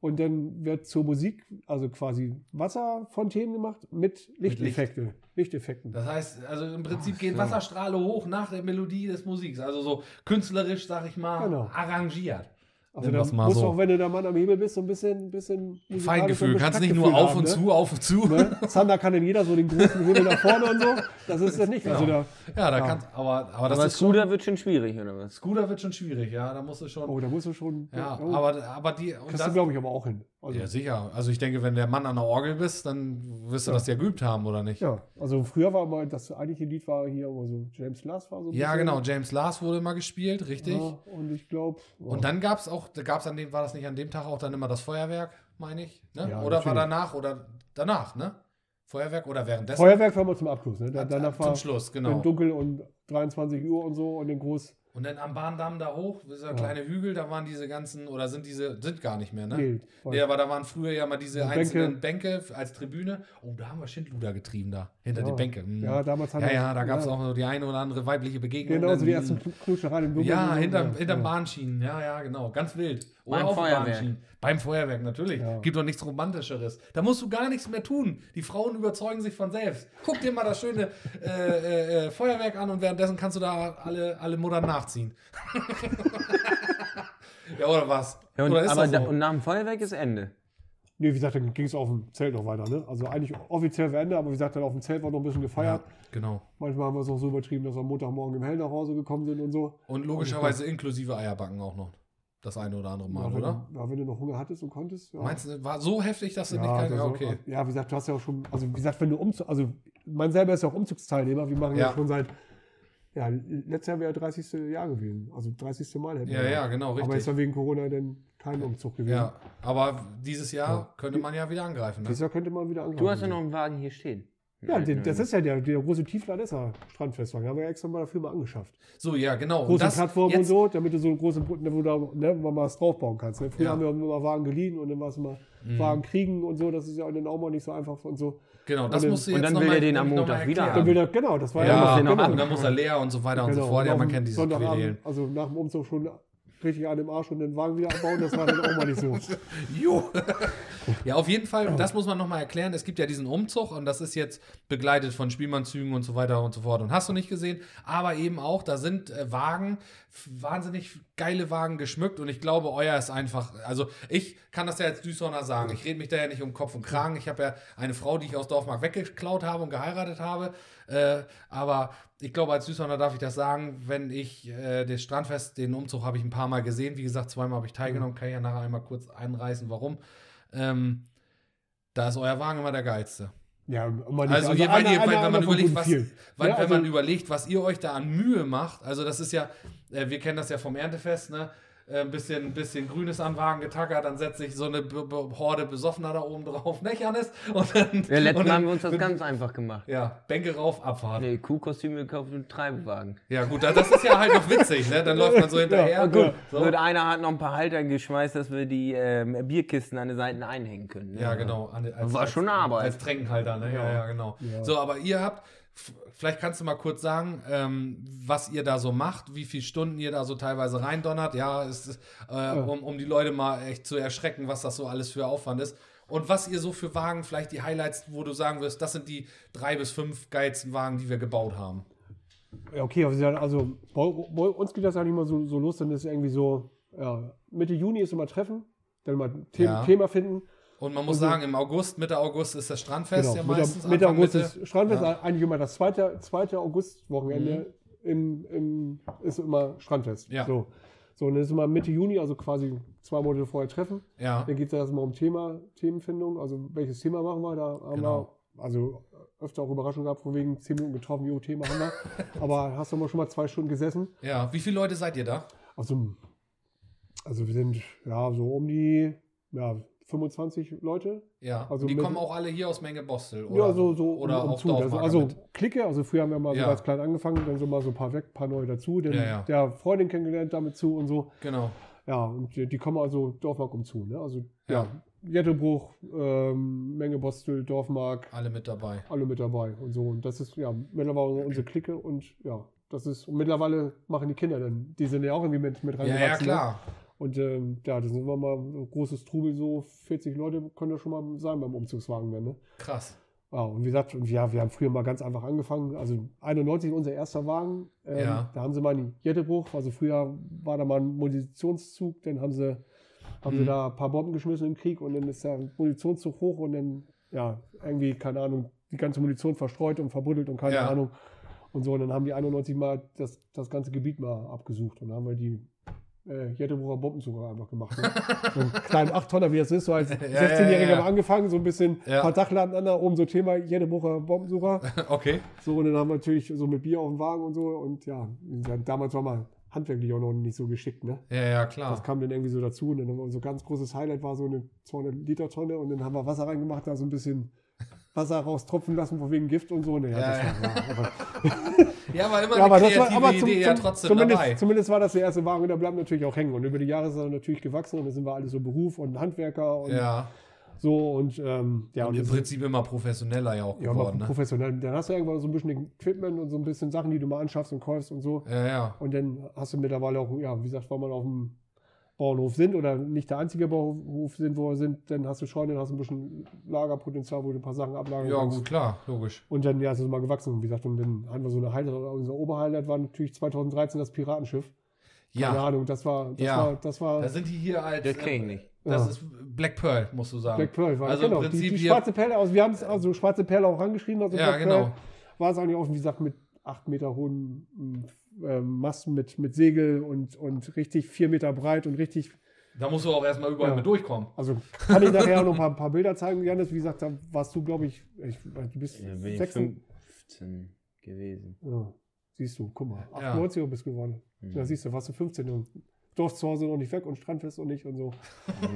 Speaker 3: und dann wird zur Musik, also quasi Wasserfontänen gemacht mit
Speaker 2: Licht.
Speaker 3: Lichteffekte, Lichteffekten.
Speaker 2: Das heißt, also im Prinzip
Speaker 1: Ach
Speaker 2: gehen
Speaker 1: so.
Speaker 2: Wasserstrahle hoch nach der Melodie des Musiks. Also so künstlerisch, sag ich mal,
Speaker 3: Genau.
Speaker 2: arrangiert.
Speaker 3: Also
Speaker 2: nimm
Speaker 3: da
Speaker 2: das
Speaker 3: musst
Speaker 2: mal
Speaker 3: du
Speaker 2: so.
Speaker 3: auch, wenn du da Mann am Hebel bist, so ein bisschen, bisschen musikalisch
Speaker 2: Feingefühl.
Speaker 3: und
Speaker 2: Kannst nicht nur
Speaker 3: Taktgefühl
Speaker 2: auf und
Speaker 3: haben,
Speaker 2: zu, auf und zu.
Speaker 3: Ne? Ne? Zander kann denn jeder so den großen Hebel nach vorne und so. Das ist das nicht. Also da,
Speaker 2: [LAUGHS] Ja, da kannst aber, aber das
Speaker 1: Aber
Speaker 2: ist
Speaker 1: Scooter wird schon schwierig, oder was?
Speaker 2: Scooter wird schon schwierig, ja. Da musst du schon.
Speaker 3: oh, da musst du schon.
Speaker 2: ja,
Speaker 3: oh,
Speaker 2: aber, aber die. Und
Speaker 3: kriegst du,
Speaker 2: das,
Speaker 3: glaube ich, aber auch hin. Also,
Speaker 2: ja, sicher. Also ich denke, wenn der Mann an der Orgel bist, dann wirst du das ja geübt haben, oder nicht?
Speaker 3: Ja, also früher war mal das eigentliche Lied war hier immer so James Last war so. ein
Speaker 2: Ja,
Speaker 3: bisschen.
Speaker 2: genau. James Lars wurde immer gespielt, richtig.
Speaker 3: Ja, und ich oh. glaube.
Speaker 2: Und dann gab es auch, da gab's an dem, war das nicht an dem Tag auch dann immer das Feuerwerk, meine ich? Ne?
Speaker 3: Ja,
Speaker 2: oder war
Speaker 3: natürlich.
Speaker 2: danach oder danach, ne? Feuerwerk oder währenddessen?
Speaker 3: Feuerwerk war mal zum Abschluss, ne? Da-
Speaker 2: Ab-
Speaker 3: Danach
Speaker 2: ab-
Speaker 3: war
Speaker 2: zum Schluss,
Speaker 3: dann
Speaker 2: genau.
Speaker 3: dunkel und 23 Uhr und so und dann groß.
Speaker 2: Und dann am Bahndamm da hoch, dieser kleine Hügel, da waren diese ganzen, oder sind diese, sind gar nicht mehr, ne?
Speaker 3: Nee, voll.
Speaker 2: Nee, aber da waren früher ja mal diese
Speaker 3: Bänke.
Speaker 2: einzelnen Bänke als Tribüne. Oh, da haben wir Schindluder getrieben da, hinter den Bänken. Hm.
Speaker 3: Ja, damals hat
Speaker 2: ja,
Speaker 3: er-
Speaker 2: ja, da gab es
Speaker 3: ja.
Speaker 2: auch so die eine oder andere weibliche Begegnung.
Speaker 3: Genau, so die
Speaker 2: Hm.
Speaker 3: ersten Kn- Knutschereien im Dunkeln.
Speaker 2: Ja,
Speaker 3: Und-
Speaker 2: hinterm, hinterm
Speaker 3: ja.
Speaker 2: Bahnschienen. Ja, ja, genau. Ganz wild.
Speaker 1: Beim
Speaker 2: auf dem
Speaker 1: Feuerwerk.
Speaker 2: Bahnschienen. Beim Feuerwerk, natürlich.
Speaker 3: Ja.
Speaker 2: Gibt doch nichts Romantischeres. Da musst du gar nichts mehr tun. Die Frauen überzeugen sich von selbst. Guck dir mal das schöne äh, äh, äh, Feuerwerk an und währenddessen kannst du da alle, alle Muttern nachziehen. [LAUGHS] ja, oder was?
Speaker 1: Ja, und,
Speaker 2: oder ist
Speaker 1: aber
Speaker 2: das
Speaker 1: da,
Speaker 2: so?
Speaker 1: und nach dem Feuerwerk ist Ende.
Speaker 3: Nee, wie gesagt, dann ging es auf dem Zelt noch weiter, ne? Also eigentlich offiziell Ende, aber wie gesagt, dann auf dem Zelt war noch ein bisschen gefeiert.
Speaker 2: ja, genau.
Speaker 3: Manchmal haben wir es auch so übertrieben, dass wir am Montagmorgen im Hell nach Hause gekommen sind und so.
Speaker 2: Und logischerweise inklusive Eierbacken auch noch. Das eine oder andere Mal,
Speaker 3: ja, wenn,
Speaker 2: oder?
Speaker 3: Ja, wenn du noch Hunger hattest und konntest. Ja.
Speaker 2: Meinst du, war so heftig, dass du nicht
Speaker 3: Ja,
Speaker 2: kein, ja,
Speaker 3: also,
Speaker 2: okay.
Speaker 3: ja, wie gesagt, du hast ja auch schon, also wie gesagt, wenn du Umzug, also man selber ist ja auch Umzugsteilnehmer, wir machen ja,
Speaker 2: Ja.
Speaker 3: schon seit, ja, letztes Jahr wäre 30. Jahr gewesen, also 30. Mal hätten
Speaker 2: Ja,
Speaker 3: wir.
Speaker 2: ja, genau,
Speaker 3: Aber
Speaker 2: richtig.
Speaker 3: ist ja wegen Corona dann kein Umzug gewesen.
Speaker 2: Ja, aber dieses Jahr könnte man ja wieder angreifen. Ne?
Speaker 3: Dieses Jahr könnte man wieder angreifen.
Speaker 1: Du hast ja noch einen Wagen hier stehen.
Speaker 3: Ja, den, das ist ja der, der große Tiefladesser Strandfestwagen, den haben wir ja extra mal dafür mal angeschafft.
Speaker 2: So, ja, genau. Und
Speaker 3: Große
Speaker 2: das
Speaker 3: Plattform
Speaker 2: jetzt,
Speaker 3: und so, damit du so einen großen, Brücken- wo du da, ne, wo man mal was draufbauen kannst. Ne? Früher
Speaker 2: Ja. Mhm.
Speaker 3: haben wir immer Wagen geliehen und dann war es immer Wagen kriegen und so, das ist ja dann auch mal nicht so einfach und so.
Speaker 2: Genau, das
Speaker 3: Und
Speaker 2: musst du
Speaker 1: und
Speaker 2: jetzt
Speaker 1: dann
Speaker 2: noch
Speaker 1: will
Speaker 2: mal-
Speaker 1: er den
Speaker 2: noch
Speaker 1: am
Speaker 2: mal
Speaker 1: Montag wieder
Speaker 2: erklären.
Speaker 3: Dann wieder, genau, das war
Speaker 1: muss
Speaker 2: Ja,
Speaker 1: den noch
Speaker 3: genau.
Speaker 1: an.
Speaker 2: und dann muss er leer und so weiter und so
Speaker 3: Genau,
Speaker 2: fort. Ja,
Speaker 3: und
Speaker 2: man
Speaker 3: auf dem
Speaker 2: kennt diese
Speaker 3: Sonntagabend,
Speaker 2: Querelen.
Speaker 3: Also nach dem Umzug schon richtig an dem Arsch und den Wagen wieder abbauen, das war dann auch mal nicht so.
Speaker 2: Jo. ja, auf jeden Fall, das muss man nochmal erklären. Es gibt ja diesen Umzug und das ist jetzt begleitet von Spielmannzügen und so weiter und so fort. Und hast du nicht gesehen, aber eben auch, da sind äh, Wagen, f- wahnsinnig geile Wagen geschmückt und ich glaube, euer ist einfach, also ich kann das ja als Düsseldorfer sagen. Ich rede mich da ja nicht um Kopf und Kragen. Ich habe ja eine Frau, die ich aus Dorfmark weggeklaut habe und geheiratet habe. Äh, aber ich glaube, als Süßhörner darf ich das sagen, wenn ich äh, das Strandfest, den Umzug habe ich ein paar Mal gesehen. Wie gesagt, zweimal habe ich teilgenommen, kann ich ja nachher einmal kurz einreißen, warum. Ähm, da ist euer Wagen immer der geilste.
Speaker 3: Ja, immer nicht.
Speaker 2: Also, hier, weil
Speaker 3: einer-
Speaker 2: ihr, weil,
Speaker 3: einer-
Speaker 2: wenn, man
Speaker 3: einer von
Speaker 2: überlegt,
Speaker 3: guten
Speaker 2: was,
Speaker 3: vielen.
Speaker 2: weil,
Speaker 3: Ja,
Speaker 2: wenn
Speaker 3: also-
Speaker 2: man überlegt, was ihr euch da an Mühe macht, also das ist ja, äh, wir kennen das ja vom Erntefest, ne? äh, ein bisschen, bisschen Grünes an den Wagen getackert, dann setzt sich so eine B B Horde Besoffener da oben drauf, [LAUGHS] ne, Janis? Und dann,
Speaker 1: Ja,
Speaker 2: und
Speaker 1: letztes Mal
Speaker 2: dann
Speaker 1: haben wir uns das ganz einfach gemacht.
Speaker 2: ja, Bänke rauf, Abfahrt.
Speaker 1: Nee, Kuhkostüme gekauft und Treibewagen.
Speaker 2: Ja, gut, da- das ist ja halt noch witzig, ne? Dann
Speaker 3: [LAUGHS]
Speaker 2: läuft man so hinterher.
Speaker 3: Ja, gut.
Speaker 2: So.
Speaker 1: Und einer hat noch ein paar Halter geschmeißt, dass wir die ähm, Bierkisten an den Seiten einhängen können. ne?
Speaker 2: Ja, genau. An, als,
Speaker 1: War schon
Speaker 2: als,
Speaker 1: eine Arbeit.
Speaker 2: Als Tränkenhalter, ne? Ja, ja, genau. So, aber ihr habt, f- vielleicht kannst du mal kurz sagen, ähm, was ihr da so macht, wie viele Stunden ihr da so teilweise reindonnert. Ja, es ist, äh, Um, um die Leute mal echt zu erschrecken, was das so alles für Aufwand ist. Und was ihr so für Wagen, vielleicht die Highlights, wo du sagen wirst, das sind die drei bis fünf geilsten Wagen, die wir gebaut haben.
Speaker 3: Ja, okay, aber sie sagen, also bei, bei uns geht das eigentlich mal so, so los, dann ist irgendwie so, ja, Mitte Juni ist immer Treffen, dann mal The
Speaker 2: Ja.
Speaker 3: Thema finden.
Speaker 2: Und man muss sagen, im August, Mitte August ist das Strandfest ja
Speaker 3: Genau. Mitte,
Speaker 2: meistens.
Speaker 3: Mitte
Speaker 2: Anfang,
Speaker 3: August
Speaker 2: Mitte.
Speaker 3: ist Strandfest, eigentlich immer das zweite, zweite August-Wochenende im, im, ist immer Strandfest.
Speaker 2: Mhm. Ja.
Speaker 3: So. so, und dann ist immer Mitte Juni, also quasi zwei Monate vorher Treffen.
Speaker 2: Ja.
Speaker 3: Dann geht es erstmal um Thema, Themenfindung, also welches Thema machen wir. Da haben
Speaker 2: Genau.
Speaker 3: wir also öfter auch Überraschungen gehabt, von wegen zehn Minuten getroffen, jo, Thema haben
Speaker 2: [LAUGHS]
Speaker 3: wir. Aber hast du mal schon mal zwei Stunden gesessen?
Speaker 2: ja. Wie viele Leute seid ihr da?
Speaker 3: Also, also wir sind ja so um die ja, 25 Leute.
Speaker 2: Ja,
Speaker 3: Also
Speaker 2: die
Speaker 3: mit-
Speaker 2: kommen auch alle hier aus Menge Bostel, oder?
Speaker 3: ja, so, so
Speaker 2: oder
Speaker 3: um, um
Speaker 2: auch
Speaker 3: zu. Also,
Speaker 2: Dorfmarker
Speaker 3: also
Speaker 2: mit.
Speaker 3: Clique, also früher haben wir mal
Speaker 2: Ja.
Speaker 3: so ganz klein angefangen, dann so mal so ein paar weg, ein paar neue dazu, dann
Speaker 2: Ja, ja.
Speaker 3: der Freundin kennengelernt damit zu und so.
Speaker 2: Genau.
Speaker 3: Ja, und die, die kommen also Dorfmark um zu. Ne? Also
Speaker 2: Ja.
Speaker 3: ja, Jettebruch, ähm, Menge Bostel, Dorfmark,
Speaker 2: Alle mit dabei.
Speaker 3: alle mit dabei und so. Und das ist ja mittlerweile unsere Clique und ja, das ist, und mittlerweile machen die Kinder dann, die sind ja auch irgendwie mit, mit
Speaker 2: Ja, ja,
Speaker 3: reingewachsen, ne?
Speaker 2: klar.
Speaker 3: Und ähm, ja, da sind wir mal ein großes Trubel, so 40 Leute können das schon mal sein beim Umzugswagen. Dann, ne?
Speaker 2: Krass.
Speaker 3: [LAUGHS] ja, und wie gesagt, und ja, wir haben früher mal ganz einfach angefangen. Also 91 unser erster Wagen. Ähm,
Speaker 2: Ja.
Speaker 3: Da haben sie mal einen Jettebruch. Also früher war da mal ein Munitionszug, dann haben sie, haben sie
Speaker 2: Mhm.
Speaker 3: da ein paar Bomben geschmissen im Krieg und dann ist der Munitionszug hoch und dann, ja, irgendwie, keine Ahnung, die ganze Munition verstreut und verbuddelt und keine
Speaker 2: Ja.
Speaker 3: Ahnung. Und so, und dann haben die 91 mal das, das ganze Gebiet mal abgesucht und dann haben wir die äh, Jettebrucher Bombenzug einfach gemacht.
Speaker 2: [LAUGHS]
Speaker 3: Ne? so einen kleinen 8-Tonner, wie das ist, so als 16-Jähriger
Speaker 2: ja, ja.
Speaker 3: mal angefangen, so ein bisschen
Speaker 2: Ja.
Speaker 3: paar Dachladen an, da oben so Thema
Speaker 2: [LAUGHS]
Speaker 3: Jennebucher Bombensucher.
Speaker 2: Okay.
Speaker 3: So, und dann haben wir natürlich so mit Bier auf dem Wagen und so. Und ja, wie gesagt, damals war man handwerklich auch noch nicht so geschickt, ne?
Speaker 2: Ja, ja,
Speaker 3: Das
Speaker 2: klar.
Speaker 3: kam dann irgendwie so dazu. Und dann haben wir unser ganz großes Highlight war so eine 200-Liter-Tonne. Und dann haben wir Wasser reingemacht, da so ein bisschen Wasser raustropfen lassen, von wegen Gift und so. Ne, ja,
Speaker 2: Ja,
Speaker 3: das
Speaker 2: ja. [LAUGHS]
Speaker 3: war, aber,
Speaker 2: Ja, war immer
Speaker 3: ja, aber
Speaker 2: eine
Speaker 3: das war
Speaker 2: kreative
Speaker 3: aber
Speaker 2: Idee
Speaker 3: zum, zum,
Speaker 2: ja trotzdem
Speaker 3: zumindest,
Speaker 2: dabei.
Speaker 3: zumindest war das der erste Wagen und der bleibt natürlich auch hängen. Und über die Jahre ist er natürlich gewachsen und dann sind wir alle so Beruf und Handwerker und
Speaker 2: ja.
Speaker 3: so und ähm, ja,
Speaker 2: Und
Speaker 3: und
Speaker 2: im
Speaker 3: das-
Speaker 2: Prinzip immer professioneller ja auch
Speaker 3: Ja, aber
Speaker 2: geworden. Ne?
Speaker 3: professionell. Dann hast du irgendwann so ein bisschen Equipment und so ein bisschen Sachen, die du mal anschaffst und kaufst und so.
Speaker 2: Ja, ja.
Speaker 3: Und dann hast du mittlerweile auch, ja, wie gesagt, weil man auf dem Bauernhof sind oder nicht der einzige Bauernhof sind, wo wir sind, dann hast du schon, dann hast du ein bisschen Lagerpotenzial, wo du ein paar Sachen ablagern
Speaker 2: Ja,
Speaker 3: kannst.
Speaker 2: gut, klar, logisch.
Speaker 3: Und dann ja, ist es mal gewachsen. Und wie gesagt, und dann hatten wir so eine Highlight, unser Oberhighlight war natürlich 2013 das Piratenschiff. Keine
Speaker 2: Ja,
Speaker 3: Ahnung, das war, das
Speaker 2: Ja.
Speaker 3: war, das war
Speaker 2: da sind die hier als. äh,
Speaker 1: Das kenne ich nicht.
Speaker 2: Das
Speaker 3: Ja.
Speaker 2: ist Black Pearl, musst du sagen.
Speaker 3: Black Pearl. War,
Speaker 2: also
Speaker 3: genau,
Speaker 2: im Prinzip
Speaker 3: die, die
Speaker 2: hier.
Speaker 3: schwarze Perle, also wir haben es, also schwarze Perle auch rangeschrieben, also
Speaker 2: Ja,
Speaker 3: Black
Speaker 2: genau.
Speaker 3: Pearl, war es eigentlich auch, wie gesagt, mit 8 Meter hohen ähm, Masten mit, mit Segel und, und richtig 4 Meter breit und richtig,
Speaker 2: Da musst du auch erstmal überall
Speaker 3: Ja.
Speaker 2: mit durchkommen.
Speaker 3: also kann ich nachher auch noch ein paar, paar Bilder zeigen, Janis, wie gesagt, da warst du, glaube ich, ich, du bist
Speaker 1: Da bin ich
Speaker 3: 6,
Speaker 1: 15 gewesen.
Speaker 3: ja, siehst du, guck mal,
Speaker 2: Ja.
Speaker 3: 98 bist du geworden,
Speaker 1: Mhm.
Speaker 3: da siehst du, warst du 15 und durfst zu Hause noch nicht weg und Strandfest und nicht und so,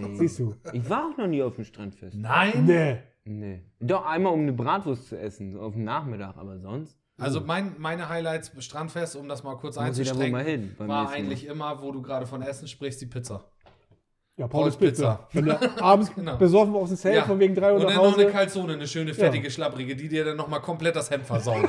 Speaker 1: Nee.
Speaker 3: siehst du,
Speaker 1: Ich war auch noch nie auf dem Strandfest.
Speaker 2: Nein!
Speaker 3: nee,
Speaker 1: Nee. Doch, einmal um eine Bratwurst zu essen, so auf dem Nachmittag, aber sonst.
Speaker 2: Also mein, meine Highlights Strandfest, um das mal kurz
Speaker 1: Muss ich da wohl
Speaker 2: einzustrengen,
Speaker 1: mal hin. beim
Speaker 2: war
Speaker 1: nächsten Mal.
Speaker 2: eigentlich immer, wo du gerade von Essen sprichst, die Pizza.
Speaker 3: ja,
Speaker 2: Paul's
Speaker 3: Paulus
Speaker 2: Pizza.
Speaker 3: Pizza, wenn du abends
Speaker 2: [LAUGHS] Genau.
Speaker 3: besoffen aus dem Zelt
Speaker 2: Ja.
Speaker 3: von wegen 3 Uhr
Speaker 2: Und
Speaker 3: nach
Speaker 2: dann noch eine
Speaker 3: Hause,
Speaker 2: Kalzone, eine schöne, fettige, schlapprige, die dir dann nochmal komplett das Hemd
Speaker 3: [LAUGHS]
Speaker 2: versaut.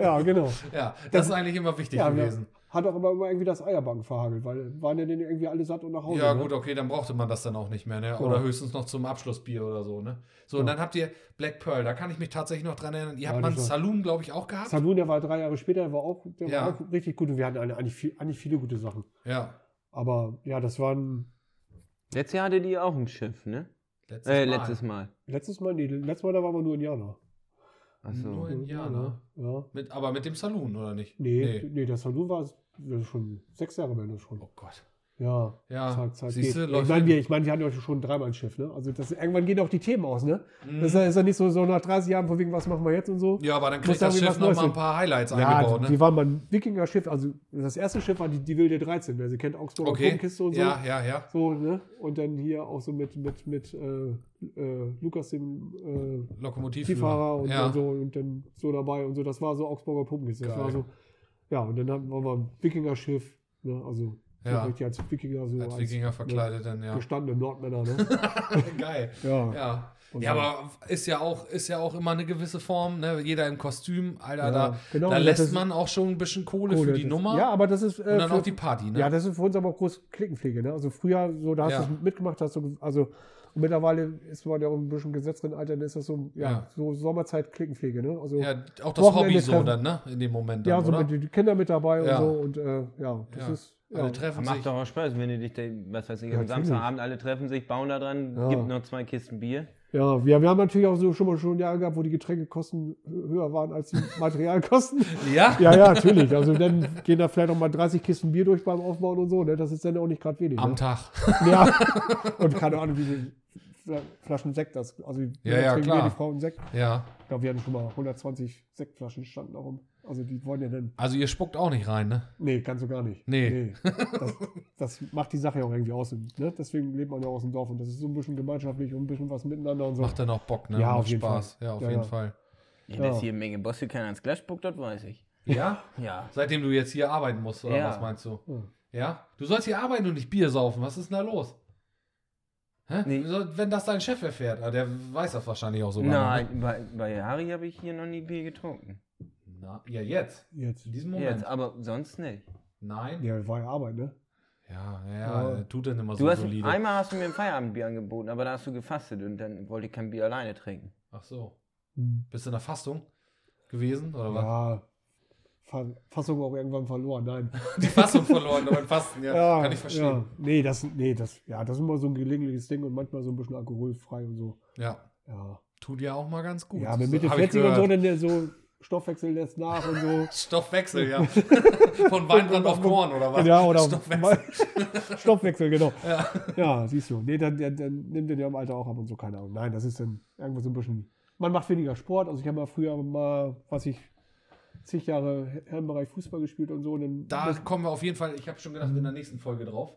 Speaker 3: ja, genau.
Speaker 2: ja, das, ist eigentlich immer wichtig
Speaker 3: Ja,
Speaker 2: gewesen.
Speaker 3: wir- Hat auch immer, immer irgendwie das Eierbanken verhagelt, weil waren ja dann irgendwie alle satt und nach Hause.
Speaker 2: Ja,
Speaker 3: ne?
Speaker 2: gut, okay, dann brauchte man das dann auch nicht mehr, ne?
Speaker 3: So.
Speaker 2: Oder höchstens noch zum Abschlussbier oder so, ne? So, und dann habt ihr Black Pearl, da kann ich mich tatsächlich noch dran erinnern. Ihr habt
Speaker 3: Ja,
Speaker 2: mal einen
Speaker 3: das war-
Speaker 2: Saloon, glaube ich, auch gehabt.
Speaker 3: Saloon, der war drei Jahre später, der war auch, der
Speaker 2: Ja.
Speaker 3: war auch richtig gut und wir hatten eine, eigentlich, viel, eigentlich viele gute Sachen.
Speaker 2: ja.
Speaker 3: Aber ja, das waren
Speaker 1: Letztes Jahr hattet ihr auch ein Schiff, ne?
Speaker 2: Letztes
Speaker 1: Äh, letztes Mal.
Speaker 3: letztes Mal, nee, letztes Mal da waren wir nur in Jana.
Speaker 1: Achso.
Speaker 2: Nur in Jana.
Speaker 3: Ja.
Speaker 2: Mit, aber mit dem Saloon, oder nicht?
Speaker 3: Nee, nee, das Saloon war das ist schon sechs Jahre, wenn du schon.
Speaker 2: Oh Gott.
Speaker 3: Ja,
Speaker 2: Ja,
Speaker 3: zack, zack.
Speaker 2: siehste,
Speaker 3: geht.
Speaker 2: läuft
Speaker 3: ich meine,
Speaker 2: hin.
Speaker 3: wir, ich meine, wir hatten ja schon dreimal ein Schiff, ne? Also das, irgendwann gehen auch die Themen aus, ne?
Speaker 2: Mhm.
Speaker 3: Das ist ja- ist ja nicht so, so nach 30 Jahren von wegen, was machen wir jetzt und so.
Speaker 2: Ja, aber dann
Speaker 3: Muss
Speaker 2: kriegt das
Speaker 3: irgendwie
Speaker 2: Schiff
Speaker 3: was
Speaker 2: noch
Speaker 3: Neues
Speaker 2: mal ein
Speaker 3: hin.
Speaker 2: paar Highlights
Speaker 3: Ja,
Speaker 2: eingebaut.
Speaker 3: die,
Speaker 2: Ne?
Speaker 3: die waren mal ein Wikinger-Schiff, also das erste Schiff war die, die Wilde 13, wer sie kennt, Augsburger
Speaker 2: Okay.
Speaker 3: Turmkiste und so.
Speaker 2: Ja, ja, ja.
Speaker 3: So, ne? Und dann hier auch so mit, mit, mit äh, äh, Lukas, dem äh, Tieffahrer
Speaker 2: Lokomotivfahrer.
Speaker 3: und,
Speaker 2: ja.
Speaker 3: dann so und dann so dabei und so. Das war so Augsburger Puppenkiste. Das
Speaker 2: Geil.
Speaker 3: war so, ja, und dann hatten wir mal ein Wikinger-Schiff, ne? Also
Speaker 2: Ja.
Speaker 3: so richtig als Wikinger so
Speaker 2: Als Wikinger verkleidet dann, ja.
Speaker 3: gestandene Nordmänner,
Speaker 2: [LAUGHS]
Speaker 3: ne?
Speaker 2: Geil.
Speaker 3: ja.
Speaker 2: Ja.
Speaker 3: Und
Speaker 2: ja,
Speaker 3: dann-
Speaker 2: aber ist ja auch, ist ja auch immer eine gewisse Form, ne? Jeder im Kostüm, Alter,
Speaker 3: Ja,
Speaker 2: da,
Speaker 3: genau,
Speaker 2: da
Speaker 3: das
Speaker 2: lässt
Speaker 3: ist-
Speaker 2: man auch schon ein bisschen Kohle,
Speaker 3: Cool,
Speaker 2: für die
Speaker 3: das-
Speaker 2: Nummer
Speaker 3: Ja, aber das ist. äh,
Speaker 2: und dann
Speaker 3: für-
Speaker 2: auch die Party, ne?
Speaker 3: Ja, das ist für uns aber auch groß Klickenpflege. Ne? Also früher, so da hast
Speaker 2: Ja.
Speaker 3: du es mitgemacht, hast du, also und mittlerweile ist man ja auch ein bisschen Gesetz drin, Alter, dann ist das so, ja,
Speaker 2: Ja.
Speaker 3: so Sommerzeit Klickenpflege, ne? Also ja,
Speaker 2: Ja, auch das
Speaker 3: Wochenende
Speaker 2: Hobby so
Speaker 3: treffen.
Speaker 2: dann, ne? In dem Moment dann,
Speaker 3: so
Speaker 2: oder?
Speaker 3: mit den Kindern mit dabei
Speaker 2: Ja.
Speaker 3: und so und äh, ja, das
Speaker 2: Ja.
Speaker 3: ist ja,
Speaker 2: Alle treffen sich.
Speaker 1: Macht doch auch Spaß, wenn ihr dich, da- was weiß ich, am
Speaker 3: natürlich.
Speaker 1: Samstagabend alle treffen sich, bauen da dran,
Speaker 3: Ja.
Speaker 1: gibt noch zwei Kisten Bier.
Speaker 3: ja wir, wir haben natürlich auch so schon mal schon Jahre gehabt, wo die Getränkekosten höher waren
Speaker 2: [LAUGHS]
Speaker 3: als die Materialkosten.
Speaker 2: Ja?
Speaker 3: ja, ja, natürlich. Also dann gehen da vielleicht auch mal 30 Kisten Bier durch beim Aufbauen und so, ne? Das ist dann auch nicht gerade wenig.
Speaker 2: Am
Speaker 3: ne?
Speaker 2: Tag.
Speaker 3: Ja. Und keine Ahnung, wie viele Fla- Flaschen Sekt das. Also die
Speaker 2: Ja, ja,
Speaker 3: trinken
Speaker 2: klar.
Speaker 3: die Frauen Sekt.
Speaker 2: Ja.
Speaker 3: Ich glaube, wir hatten schon mal 120 Sektflaschen standen da rum. Also die wollen ja dann.
Speaker 2: Also ihr spuckt auch nicht rein, ne?
Speaker 3: Nee, kannst du gar nicht.
Speaker 2: Nee.
Speaker 3: Das, das macht die Sache ja auch irgendwie aus. Ne? Deswegen lebt man ja aus dem Dorf und das ist so ein bisschen gemeinschaftlich und ein bisschen was miteinander und so.
Speaker 2: Macht dann auch Bock, ne?
Speaker 3: Ja,
Speaker 2: Macht
Speaker 3: auf jeden
Speaker 2: Spaß.
Speaker 3: Fall.
Speaker 2: Ja, auf
Speaker 3: Ja,
Speaker 2: jeden
Speaker 3: ja.
Speaker 2: Fall.
Speaker 1: Ja,
Speaker 3: Ja.
Speaker 1: Dass hier Menge Bosse keiner ans Glas spuckt, das weiß ich.
Speaker 2: Ja?
Speaker 1: Ja.
Speaker 2: Seitdem du jetzt hier arbeiten musst, oder
Speaker 1: Ja.
Speaker 2: was meinst du?
Speaker 3: Hm.
Speaker 2: Ja? Du sollst hier arbeiten und nicht Bier saufen. Was ist denn da los? Hä?
Speaker 1: Nee.
Speaker 2: Du soll- Wenn das dein Chef erfährt, ah, der weiß das wahrscheinlich auch sogar. noch,
Speaker 1: Nein, bei, bei Harry habe ich hier noch nie Bier getrunken.
Speaker 2: ne? Na, ja, jetzt.
Speaker 3: Jetzt.
Speaker 2: In diesem Moment.
Speaker 1: Jetzt, aber sonst nicht.
Speaker 2: Nein.
Speaker 3: Ja, war ja Arbeit, ne?
Speaker 2: Ja, ja, ja,
Speaker 3: Ja.
Speaker 2: tut dann immer
Speaker 1: Du
Speaker 2: so
Speaker 1: hast,
Speaker 2: solide.
Speaker 1: einmal hast du mir ein Feierabendbier angeboten, aber da hast du gefastet und dann wollte ich kein Bier alleine trinken.
Speaker 2: Ach so.
Speaker 3: Hm.
Speaker 2: Bist du in der Fastung gewesen? Oder was?
Speaker 3: Ja. Fa- Fassung auch irgendwann verloren, nein.
Speaker 2: Die Fassung verloren, aber im Fasten, ja. kann ich verstehen.
Speaker 3: [LAUGHS] Ja. Nee, das, nee, das, ja, das ist immer so ein gelegentliches Ding und manchmal so ein bisschen alkoholfrei und so.
Speaker 2: Ja.
Speaker 3: Ja.
Speaker 2: Tut ja auch mal ganz gut.
Speaker 3: Ja, mit Mitte
Speaker 2: Hab ich
Speaker 3: 40 und so,
Speaker 2: gehört.
Speaker 3: dann der so Stoffwechsel lässt nach und so.
Speaker 2: Stoffwechsel,
Speaker 3: [LAUGHS]
Speaker 2: ja. Von Weinbrand auf Korn, oder was?
Speaker 3: Ja, oder
Speaker 2: Stoffwechsel.
Speaker 3: [LAUGHS] Stoffwechsel, genau. Ja, siehst du. Nee, dann, dann, dann nimmt den ja im Alter auch ab und so, keine Ahnung. Nein, das ist dann irgendwo so ein bisschen. Man macht weniger Sport. Also ich habe mal früher mal, was ich, zig Jahre im Bereich Fußball gespielt und so. Und dann
Speaker 2: Da kommen wir auf jeden Fall, ich habe schon gedacht, in der nächsten Folge drauf.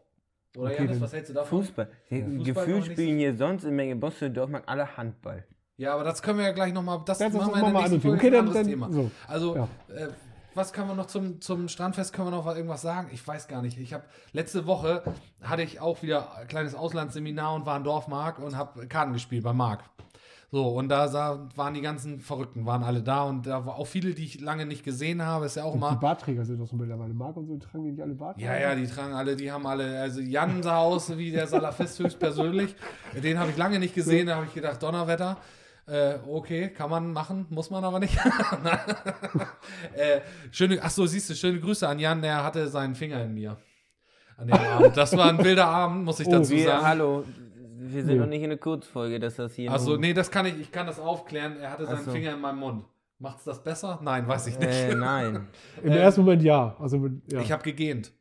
Speaker 2: Oder
Speaker 3: Okay,
Speaker 2: Janis,
Speaker 3: dann
Speaker 2: was hältst du davon?
Speaker 1: Fußball.
Speaker 2: Fußball
Speaker 1: Gefühl
Speaker 2: noch nicht
Speaker 1: spielen hier sonst in Menge Bosse Dortmund alle Handball.
Speaker 2: Ja, aber das können wir ja gleich nochmal, das,
Speaker 3: Das
Speaker 2: das
Speaker 3: ist
Speaker 2: machen wir
Speaker 3: noch
Speaker 2: in
Speaker 3: mal
Speaker 2: der nächsten
Speaker 3: ein
Speaker 2: Folge,
Speaker 3: okay,
Speaker 2: ist ein
Speaker 3: dann,
Speaker 2: anderes
Speaker 3: dann
Speaker 2: Thema.
Speaker 3: so.
Speaker 2: Also,
Speaker 3: Ja.
Speaker 2: äh, was können wir noch zum, zum Strandfest? Können wir noch irgendwas sagen? Ich weiß gar nicht. Ich habe letzte Woche hatte ich auch wieder ein kleines Auslandsseminar und war in Dorfmark und habe Karten gespielt bei Mark. So, und da sah, waren die ganzen Verrückten, waren alle da und da war auch viele, die ich lange nicht gesehen habe. Ist ja auch
Speaker 3: Die
Speaker 2: mal.
Speaker 3: Bartträger sind doch so mittlerweile. Marc und so tragen die nicht alle Bartträger.
Speaker 2: Ja, ja, die tragen alle, die haben alle, also Jan sah aus wie der Salafist höchstpersönlich. Den habe ich lange nicht gesehen, da habe ich gedacht, Donnerwetter. Äh, okay, kann man machen, muss man aber nicht. [LAUGHS] äh, schöne, ach so, siehst du, schöne Grüße an Jan, der hatte seinen Finger in mir. An dem Abend. Das war ein wilder Abend, muss ich
Speaker 1: Oh,
Speaker 2: dazu
Speaker 1: wir,
Speaker 2: sagen.
Speaker 1: hallo, wir sind
Speaker 3: Nee.
Speaker 1: noch nicht in der Kurzfolge, dass das hier.
Speaker 2: Also,
Speaker 1: nur-
Speaker 2: nee, das kann ich, ich kann das aufklären. Er hatte seinen
Speaker 1: Ach so.
Speaker 2: Finger in meinem Mund. Macht's das besser? Nein, weiß ich nicht.
Speaker 1: Äh, nein.
Speaker 3: Im
Speaker 2: äh,
Speaker 3: ersten Moment ja. Also, mit- ja.
Speaker 2: Ich habe gegähnt.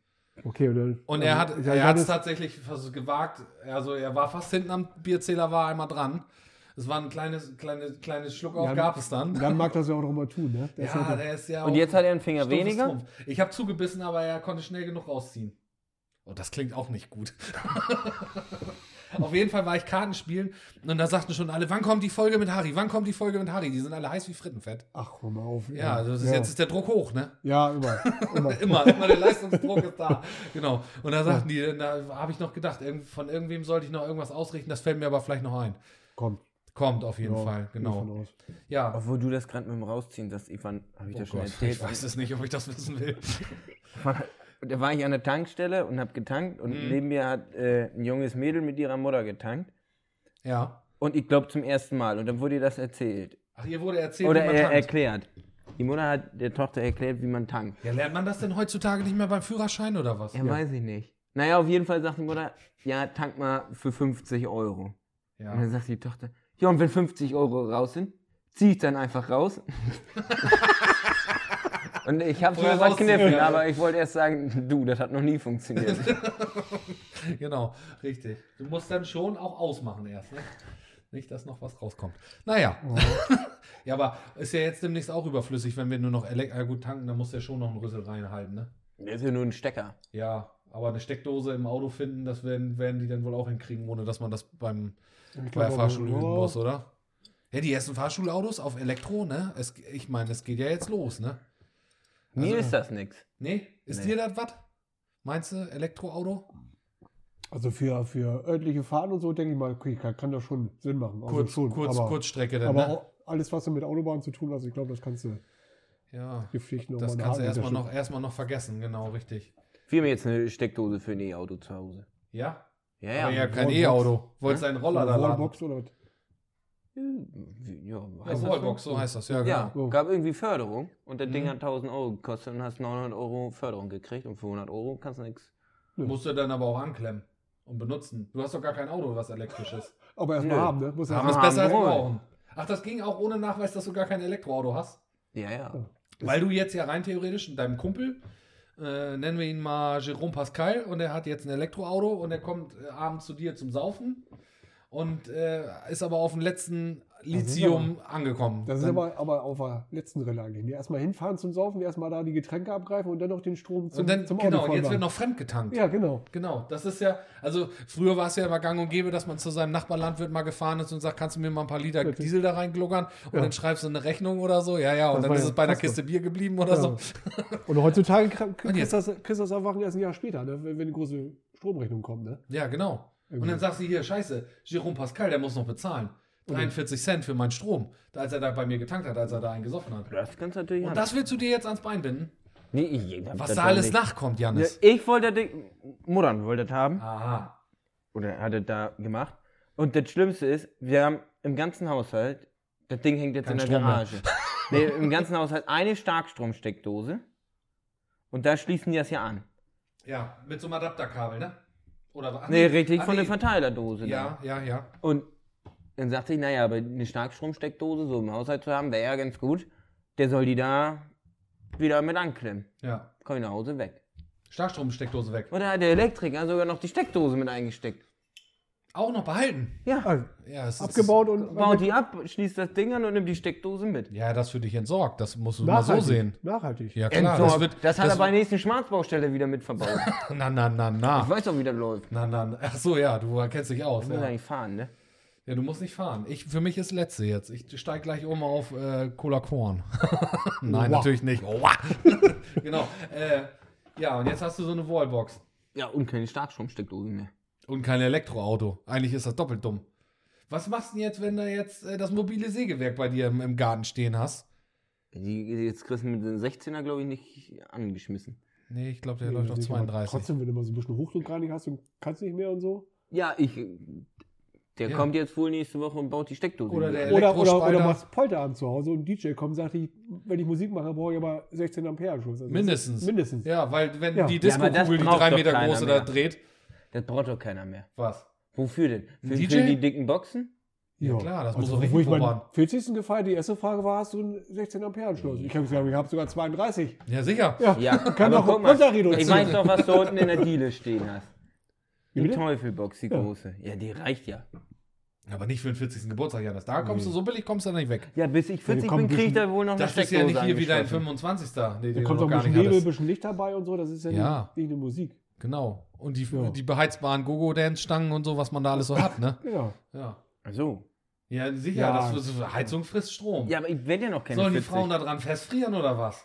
Speaker 3: okay, und, dann,
Speaker 2: Und
Speaker 3: also,
Speaker 2: er hat
Speaker 3: ja,
Speaker 2: er hat es
Speaker 3: Janis-
Speaker 2: tatsächlich vers- gewagt. Also er war fast hinten am Bierzähler, war einmal dran. Es war ein kleines, kleines, kleines Schluck auf,
Speaker 3: Ja,
Speaker 2: gab es dann.
Speaker 3: Jan mag das ja auch noch mal tun, ne? Der ist
Speaker 2: ja,
Speaker 3: halt-
Speaker 2: der ist ja
Speaker 1: Und
Speaker 2: auch
Speaker 1: jetzt hat er einen Finger
Speaker 2: stumpfes
Speaker 1: weniger?
Speaker 2: Trumpf. Ich habe zugebissen, aber er konnte schnell genug rausziehen. Oh, das klingt auch nicht gut. [LAUGHS] auf jeden Fall war ich Kartenspielen und da sagten schon alle, wann kommt die Folge mit Harry? Wann kommt die Folge mit Harry? Die sind alle heiß wie Frittenfett.
Speaker 3: Ach, hör mal auf.
Speaker 2: Ja, also das ist, jetzt ist der Druck hoch, ne?
Speaker 3: Ja, immer. immer.
Speaker 2: [LAUGHS] Immer, immer der Leistungsdruck ist da. Genau. Und da sagten die, da habe ich noch gedacht, irgend- von irgendwem sollte ich noch irgendwas ausrichten, das fällt mir aber vielleicht noch ein.
Speaker 3: Komm.
Speaker 2: Kommt auf jeden
Speaker 3: ja,
Speaker 2: Fall,
Speaker 3: geh
Speaker 2: genau.
Speaker 3: von aus.
Speaker 2: Ja.
Speaker 1: Obwohl du das gerade mit dem Rausziehen sagst, Ivan, habe ich
Speaker 2: Oh
Speaker 1: das schon
Speaker 2: Gott, ich
Speaker 1: erzählt.
Speaker 2: weiß es nicht, ob ich das wissen will.
Speaker 1: [LAUGHS] Da war ich an der Tankstelle und habe getankt und
Speaker 2: Mhm.
Speaker 1: neben mir hat äh, ein junges Mädel mit ihrer Mutter getankt.
Speaker 2: Ja.
Speaker 1: Und ich glaube zum ersten Mal. Und dann wurde ihr das erzählt.
Speaker 2: Ach, ihr wurde erzählt,
Speaker 1: Oder
Speaker 2: wie man
Speaker 1: er
Speaker 2: tankt.
Speaker 1: erklärt. Die Mutter hat der Tochter erklärt, wie man tankt.
Speaker 2: Ja, lernt man das denn heutzutage nicht mehr beim Führerschein oder was?
Speaker 1: Ja, weiß ich nicht. Naja, auf jeden Fall sagt die Mutter, ja, tank mal für 50 Euro. Und dann
Speaker 2: Ja.
Speaker 1: sagt die Tochter, ja, und wenn
Speaker 2: [LAUGHS]
Speaker 1: 50 Euro raus sind, zieh ich dann einfach raus. Und ich habe
Speaker 2: Oder
Speaker 1: mir verkniffen,
Speaker 2: rausziehen.
Speaker 1: aber ich wollte erst sagen, du, das hat noch nie funktioniert.
Speaker 2: Genau, richtig. Du musst dann schon auch ausmachen erst. Ne? Nicht, dass noch was rauskommt. Naja. [LAUGHS] ja, aber ist ja jetzt demnächst auch überflüssig, wenn wir nur noch Elektro gut tanken, dann muss ja schon noch einen Rüssel reinhalten. Ne?
Speaker 1: Das ist ja nur ein Stecker.
Speaker 2: Ja, aber eine Steckdose im Auto finden, das werden, werden die dann wohl auch hinkriegen, ohne dass man das beim,
Speaker 3: Ich
Speaker 2: bei der
Speaker 3: glaub,
Speaker 2: Fahrschule üben
Speaker 3: ja,
Speaker 2: muss, oder? Ja, die ersten Fahrschulautos auf Elektro, ne? Es, ich meine, es geht ja jetzt los, ne?
Speaker 1: Mir
Speaker 2: Also-
Speaker 1: ist das nichts.
Speaker 2: Nee? Ist
Speaker 1: Nee.
Speaker 2: dir das was? Meinst du, Elektroauto?
Speaker 3: Also für, für örtliche Fahrten und so, denke ich mal, okay, kann, kann das schon Sinn machen. Also
Speaker 2: Kurz,
Speaker 3: schon,
Speaker 2: kurz,
Speaker 3: aber,
Speaker 2: Kurzstrecke dann,
Speaker 3: Aber
Speaker 2: ne?
Speaker 3: auch alles, was mit Autobahn zu tun hat, also ich glaube, das kannst du
Speaker 2: Ja.
Speaker 3: die Pflicht noch
Speaker 2: Das
Speaker 3: mal
Speaker 2: kannst du
Speaker 3: einen Haken
Speaker 2: erstmal noch,
Speaker 3: hinter-
Speaker 2: erstmal noch vergessen, genau, richtig.
Speaker 1: Wir haben jetzt eine Steckdose für ein E-Auto zu Hause.
Speaker 2: Ja?
Speaker 1: Ja,
Speaker 2: ja
Speaker 1: ja.
Speaker 2: Aber ja, kein
Speaker 3: Wallbox.
Speaker 2: E-Auto. Wolltest deinen Roller da laden?
Speaker 3: Wallbox oder was?
Speaker 1: Wie- ja,
Speaker 2: Ja,
Speaker 1: heißt das
Speaker 2: Wallbox, so heißt das, ja,
Speaker 1: so?
Speaker 2: genau.
Speaker 1: ja,
Speaker 2: Ja.
Speaker 3: So.
Speaker 1: gab irgendwie Förderung und das Ding
Speaker 2: Mhm.
Speaker 1: hat 1000 Euro gekostet und hast 900 Euro Förderung gekriegt und für 100 Euro kannst du nichts.
Speaker 2: Musst du dann aber auch anklemmen und benutzen. Du hast doch gar kein Auto, was elektrisch ist.
Speaker 3: Aber erstmal
Speaker 1: Nö.
Speaker 3: haben, ne? Muss
Speaker 2: Haben
Speaker 1: wir
Speaker 2: ist
Speaker 1: haben
Speaker 2: besser als
Speaker 1: geholt.
Speaker 2: brauchen. Ach, das ging auch ohne Nachweis, dass du gar kein Elektroauto hast.
Speaker 1: Ja, ja.
Speaker 3: Das-
Speaker 2: Weil du jetzt ja rein theoretisch mit deinem Kumpel, äh, nennen wir ihn mal Jerome Pascal, und er hat jetzt ein Elektroauto und er kommt äh, abends zu dir zum Saufen und äh, ist aber auf dem letzten
Speaker 3: ist
Speaker 2: Lithium angekommen.
Speaker 3: Das ist
Speaker 2: Dann-
Speaker 3: aber, aber auf der letzten Rille eigentlich. Ne? Erstmal hinfahren zum Saufen, erstmal da die Getränke abgreifen und dann noch den Strom zum,
Speaker 2: und dann,
Speaker 3: zum
Speaker 2: genau,
Speaker 3: Auto
Speaker 2: und jetzt wird
Speaker 3: fahren.
Speaker 2: noch fremd getankt.
Speaker 3: Ja, genau.
Speaker 2: Genau, das ist ja, also früher war es ja immer gang und gäbe, dass man zu seinem Nachbarlandwirt mal gefahren ist und sagt, kannst du mir mal ein paar Liter
Speaker 3: Richtig.
Speaker 2: Diesel da reingluckern und
Speaker 3: Ja.
Speaker 2: dann schreibst du eine Rechnung oder so, ja, ja, und
Speaker 3: Das
Speaker 2: dann
Speaker 3: war
Speaker 2: ist
Speaker 3: ja
Speaker 2: es bei einer
Speaker 3: fast so.
Speaker 2: Kiste Bier geblieben oder
Speaker 3: Ja.
Speaker 2: so.
Speaker 3: Und heutzutage kr-
Speaker 2: Und jetzt-
Speaker 3: kriegst du das, kriegst du das einfach erst ein Jahr später, ne? wenn, wenn die große Stromrechnung kommt. Ne?
Speaker 2: Ja, genau. Und dann sagst du hier, scheiße, Jerome Pascal, der muss noch bezahlen. 43 Cent für meinen Strom, da- als er da bei mir getankt hat, als er da einen gesoffen hat.
Speaker 1: Das kannst du natürlich
Speaker 2: Und
Speaker 1: haben.
Speaker 2: das willst du dir jetzt ans Bein binden?
Speaker 1: nee, ich, das
Speaker 2: Was
Speaker 1: das
Speaker 2: da
Speaker 1: doch
Speaker 2: alles
Speaker 1: nicht.
Speaker 2: nachkommt,
Speaker 1: Ja,
Speaker 2: Janis.
Speaker 1: ich wollte das Ding, Muttern wollte das haben.
Speaker 2: Aha.
Speaker 1: Oder hat er da gemacht. Und das Schlimmste ist, wir haben im ganzen Haushalt, das Ding hängt jetzt
Speaker 2: Kein
Speaker 1: in der
Speaker 2: Strom mehr.
Speaker 1: [LAUGHS] Garage. nee, im ganzen Haushalt eine Starkstromsteckdose. Und da schließen die das ja an.
Speaker 2: Ja, mit so einem Adapterkabel, ne? Oder was?
Speaker 1: Nee, richtig
Speaker 2: Ah,
Speaker 1: von
Speaker 2: nee.
Speaker 1: der Verteilerdose. da.
Speaker 2: Ja, ja, ja.
Speaker 1: Und dann sagte ich, naja, aber eine Starkstromsteckdose so im Haushalt zu haben, wäre ja ganz gut. Der soll die da wieder mit anklemmen.
Speaker 2: Ja.
Speaker 1: Komm ich nach Hause weg.
Speaker 2: Starkstromsteckdose weg.
Speaker 1: Und da hat der Elektriker sogar noch die Steckdose mit eingesteckt.
Speaker 2: Auch noch behalten.
Speaker 1: Ja,
Speaker 3: Also,
Speaker 2: Ja, es
Speaker 3: abgebaut und
Speaker 1: baut die ab, schließt das Ding an und nimmt die Steckdose mit.
Speaker 2: Ist, ja, das für dich entsorgt. Das musst du mal
Speaker 3: nachhaltig.
Speaker 2: so sehen.
Speaker 3: Nachhaltig.
Speaker 2: Ja, klar.
Speaker 1: Entsorgt. Das,
Speaker 2: wird,
Speaker 1: hat er bei der nächsten Schwarzbaustelle wieder mit verbaut.
Speaker 2: Na, na, na,
Speaker 1: ich
Speaker 2: na.
Speaker 1: weiß auch, wie das läuft.
Speaker 2: Na, na, na. Ach so, ja, du kennst dich aus.
Speaker 1: Ich muss
Speaker 2: Ja.
Speaker 1: eigentlich fahren, ne?
Speaker 2: ja, du musst nicht fahren. Ich, für mich ist Letzte jetzt. Ich steige gleich um auf äh, Cola Korn. [LAUGHS] Nein,
Speaker 3: Wow.
Speaker 2: natürlich nicht. Oh, wow. [LAUGHS] genau. Äh, ja, und jetzt hast du so eine Wallbox.
Speaker 1: Ja, und keine Starkstromsteckdose mehr.
Speaker 2: Und kein Elektroauto. Eigentlich ist das doppelt dumm. Was machst du denn jetzt, wenn du jetzt äh, das mobile Sägewerk bei dir im, im Garten stehen hast?
Speaker 1: Die, jetzt kriegst du mit den 16er, glaube ich, nicht angeschmissen.
Speaker 2: Nee, ich glaube, der läuft auf
Speaker 3: Ja,
Speaker 2: 32.
Speaker 3: Trotzdem, wenn du mal so ein bisschen Hochdruck gar nicht hast und kannst nicht mehr und so.
Speaker 1: Ja, ich. Der
Speaker 2: Ja.
Speaker 1: kommt jetzt wohl nächste Woche und baut die Steckdose
Speaker 2: Oder
Speaker 1: wieder.
Speaker 2: der
Speaker 3: Oder, oder,
Speaker 2: Elektrospalter.
Speaker 3: oder machst Polterabend zu Hause und ein DJ kommt und sagt, ich, wenn ich Musik mache, brauche ich aber 16 Ampere Anschluss. Also
Speaker 2: Mindestens.
Speaker 3: Mindestens.
Speaker 2: Ja, weil wenn
Speaker 3: Ja.
Speaker 2: die
Speaker 1: Ja, aber das
Speaker 2: Disco-Kugel, die
Speaker 1: braucht
Speaker 2: drei
Speaker 1: doch
Speaker 2: Meter
Speaker 1: keiner
Speaker 2: große da
Speaker 1: mehr.
Speaker 2: dreht.
Speaker 1: Das braucht doch keiner mehr.
Speaker 2: Was?
Speaker 1: Wofür denn? Für,
Speaker 2: DJ?
Speaker 1: für die dicken Boxen?
Speaker 2: Ja, klar, das muss doch
Speaker 3: Also, Wo
Speaker 2: richtig
Speaker 3: ich meinen
Speaker 2: vorwarten.
Speaker 3: 40. gefallen, die erste Frage war, hast du einen 16 Ampere Anschluss? Ich habe gesagt, ich habe sogar 32.
Speaker 2: Ja, sicher.
Speaker 3: Ja,
Speaker 1: Ja,
Speaker 3: kann
Speaker 1: aber
Speaker 3: doch
Speaker 1: guck mal,
Speaker 3: runter
Speaker 1: Ich
Speaker 3: reduzieren.
Speaker 1: weiß doch, was du unten in der Diele stehen hast.
Speaker 3: Wie
Speaker 1: Die
Speaker 3: bitte?
Speaker 1: Teufelbox, die
Speaker 3: Ja.
Speaker 1: große. Ja, die reicht ja.
Speaker 2: Aber nicht für den 40. Geburtstag, Janis. Da kommst du so billig, kommst du da nicht weg.
Speaker 1: Ja, bis ich 40 bin,
Speaker 3: kommt
Speaker 1: krieg ich
Speaker 3: bisschen-
Speaker 1: da wohl noch eine
Speaker 2: Das ist ja
Speaker 1: Steckdose
Speaker 2: nicht hier wie dein
Speaker 1: angeschlossen.
Speaker 2: 25. Nee,
Speaker 3: Da
Speaker 2: den du noch
Speaker 3: kommt doch ein
Speaker 2: gar
Speaker 3: bisschen
Speaker 2: nicht
Speaker 3: Nebel, ein
Speaker 2: hattest.
Speaker 3: bisschen Licht dabei und so. Das ist ja,
Speaker 2: Ja.
Speaker 3: Nicht, nicht eine Musik.
Speaker 2: Genau. Und die,
Speaker 3: Ja.
Speaker 2: die beheizbaren Gogo-Dance-Stangen und so, was man da alles so hat, ne?
Speaker 3: Genau.
Speaker 2: Ja.
Speaker 1: Ach So.
Speaker 2: Ja, sicher.
Speaker 3: Ja.
Speaker 2: Das, das, Heizung frisst Strom.
Speaker 1: Ja, aber ich werde ja noch keine
Speaker 2: Sollen die
Speaker 1: 40.
Speaker 2: Frauen da dran festfrieren oder was?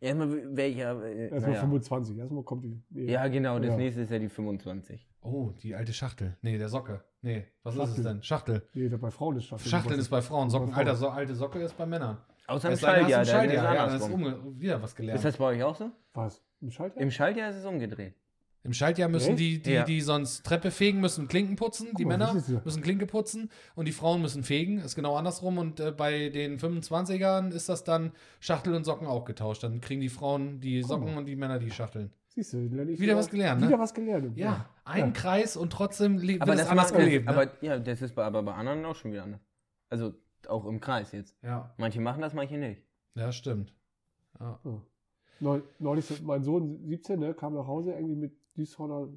Speaker 1: Erstmal wäre ich ja. Äh,
Speaker 3: Erstmal
Speaker 1: naja.
Speaker 3: 25. Erstmal kommt die. nee.
Speaker 1: Ja, genau, das
Speaker 3: Ja.
Speaker 1: nächste ist ja die 25.
Speaker 2: Oh, die alte Schachtel. Nee, der Socke. Nee, was ist es
Speaker 3: Schachtel.
Speaker 2: denn? Schachtel.
Speaker 3: Nee, da bei Frauen ist Schachteln.
Speaker 2: Schachteln ist bei Frauen, Socken.
Speaker 3: Bei Frauen.
Speaker 2: Alter, so, alte Socke ist bei Männern.
Speaker 1: Außer im
Speaker 2: Es sei denn,
Speaker 1: Schaltjahr,
Speaker 2: hast du
Speaker 1: da
Speaker 2: ein
Speaker 1: ist es
Speaker 2: Schaltjahr. Ja, das ist
Speaker 1: andersrum.
Speaker 2: umge- wieder was gelernt.
Speaker 1: Ist das bei euch auch so?
Speaker 3: Was? Ein Schalter?
Speaker 1: Im Schaltjahr ist es umgedreht.
Speaker 2: Im Schaltjahr müssen
Speaker 3: Echt?
Speaker 2: die, die,
Speaker 1: Ja.
Speaker 2: die sonst Treppe fegen, müssen Klinken putzen. die
Speaker 3: mal,
Speaker 2: Männer
Speaker 3: das ist ja-
Speaker 2: müssen Klinke putzen und die Frauen müssen fegen. Ist genau andersrum. Und äh, bei den 25ern ist das dann Schachtel und Socken auch getauscht. Dann kriegen die Frauen die Socken und die Männer die Schachteln.
Speaker 3: Siehst du, lerne ich
Speaker 2: Wieder was gelernt, ne?
Speaker 3: Wieder was gelernt.
Speaker 2: Ja, ein Kreis und trotzdem le- wird
Speaker 1: Aber
Speaker 2: es
Speaker 1: das,
Speaker 2: anders
Speaker 1: macht
Speaker 2: gelebt. Ne?
Speaker 1: aber, ja, das ist bei, aber bei anderen auch schon wieder anders. Also auch im Kreis jetzt.
Speaker 2: ja,
Speaker 1: Manche machen das, manche nicht.
Speaker 2: ja, stimmt. Ja.
Speaker 3: Ja. Neu- Neulich, ist mein Sohn 17, ne, kam nach Hause irgendwie mit Duisburger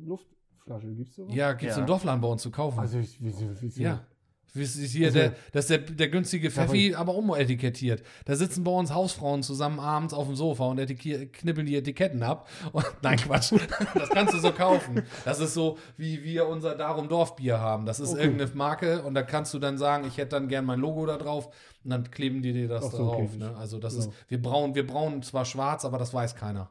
Speaker 3: Luftflasche. Gibt's sowas?
Speaker 2: Ja, gibt es
Speaker 1: Ja.
Speaker 2: im Dorfladen bei uns zu kaufen.
Speaker 3: Also, ich, wie, wie, wie,
Speaker 2: ja. Das ist hier
Speaker 3: Also-
Speaker 2: der, das ist der, der günstige Pfeffi, aber umetikettiert. Da sitzen bei uns Hausfrauen zusammen abends auf dem Sofa und etikier- knibbeln die Etiketten ab. [LAUGHS] Und, nein, Quatsch. Das kannst du so kaufen. Das ist so, wie wir unser Darum Dorfbier haben. Das ist
Speaker 3: Okay.
Speaker 2: irgendeine Marke und da kannst du dann sagen, ich hätte dann gern mein Logo da drauf und dann kleben die dir das
Speaker 3: Ach so,
Speaker 2: drauf.
Speaker 3: okay. Genau.
Speaker 2: Ne? Also das
Speaker 3: Ja.
Speaker 2: ist, wir brauen, wir brauen zwar schwarz, aber das weiß keiner.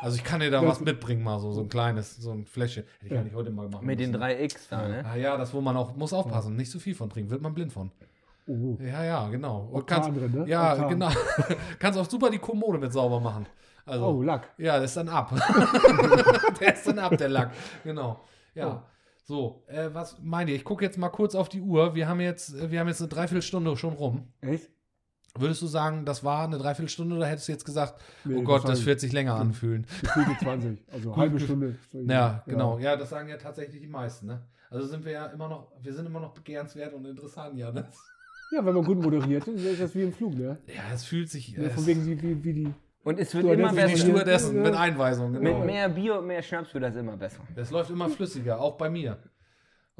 Speaker 2: Also ich kann dir da was mitbringen, mal so, so ein kleines, so ein Fläschchen. Hätte ich
Speaker 3: Ja.
Speaker 2: ja. nicht heute mal machen
Speaker 1: Mit den
Speaker 2: müssen.
Speaker 1: drei X da, ne?
Speaker 2: Ah ja, das wo man auch muss aufpassen, nicht zu viel von trinken, wird man blind von.
Speaker 3: Oh.
Speaker 2: Ja, ja, genau. Und
Speaker 3: Oktan drin, ne?
Speaker 2: Ja,
Speaker 3: Oktan.
Speaker 2: genau. [LAUGHS] kannst auch super die Kommode mit sauber machen. Also,
Speaker 3: oh, Lack.
Speaker 2: ja, der ist dann
Speaker 3: [LAUGHS]
Speaker 2: ab. der ist dann ab, der Lack. Genau.
Speaker 3: Oh.
Speaker 2: Ja. So, äh, was meine ich? Ich gucke jetzt mal kurz auf die Uhr. Wir haben jetzt, äh, wir haben jetzt eine Dreiviertelstunde schon rum.
Speaker 3: Echt?
Speaker 2: Würdest du sagen, das war eine Dreiviertelstunde oder hättest du jetzt gesagt,
Speaker 3: Nee,
Speaker 2: oh Gott,
Speaker 3: das
Speaker 2: das
Speaker 3: war-
Speaker 2: wird sich länger anfühlen?
Speaker 3: Gefühlte
Speaker 2: [LAUGHS]
Speaker 3: 20. Also, halbe Stunde. So,
Speaker 2: Ja, genau. Ja, das sagen ja tatsächlich die meisten, ne? Also sind wir ja immer noch, wir sind immer noch begehrenswert und interessant, ja, ne?
Speaker 3: Ja, wenn man gut moderiert ist, ist das wie im Flug, ne?
Speaker 2: Ja, es fühlt sich.
Speaker 3: Ja,
Speaker 2: es- [LAUGHS]
Speaker 3: von wegen wie, wie, wie die.
Speaker 1: Und es wird
Speaker 3: Du,
Speaker 1: immer
Speaker 3: das ist
Speaker 2: die
Speaker 3: nicht
Speaker 1: besser.
Speaker 3: schlimm.
Speaker 2: Stewardessen
Speaker 3: Ja.
Speaker 2: mit Einweisung,
Speaker 1: Mit
Speaker 2: genau.
Speaker 1: mehr Bier und mehr Schnaps wird das immer besser.
Speaker 2: Das läuft immer flüssiger, auch bei mir.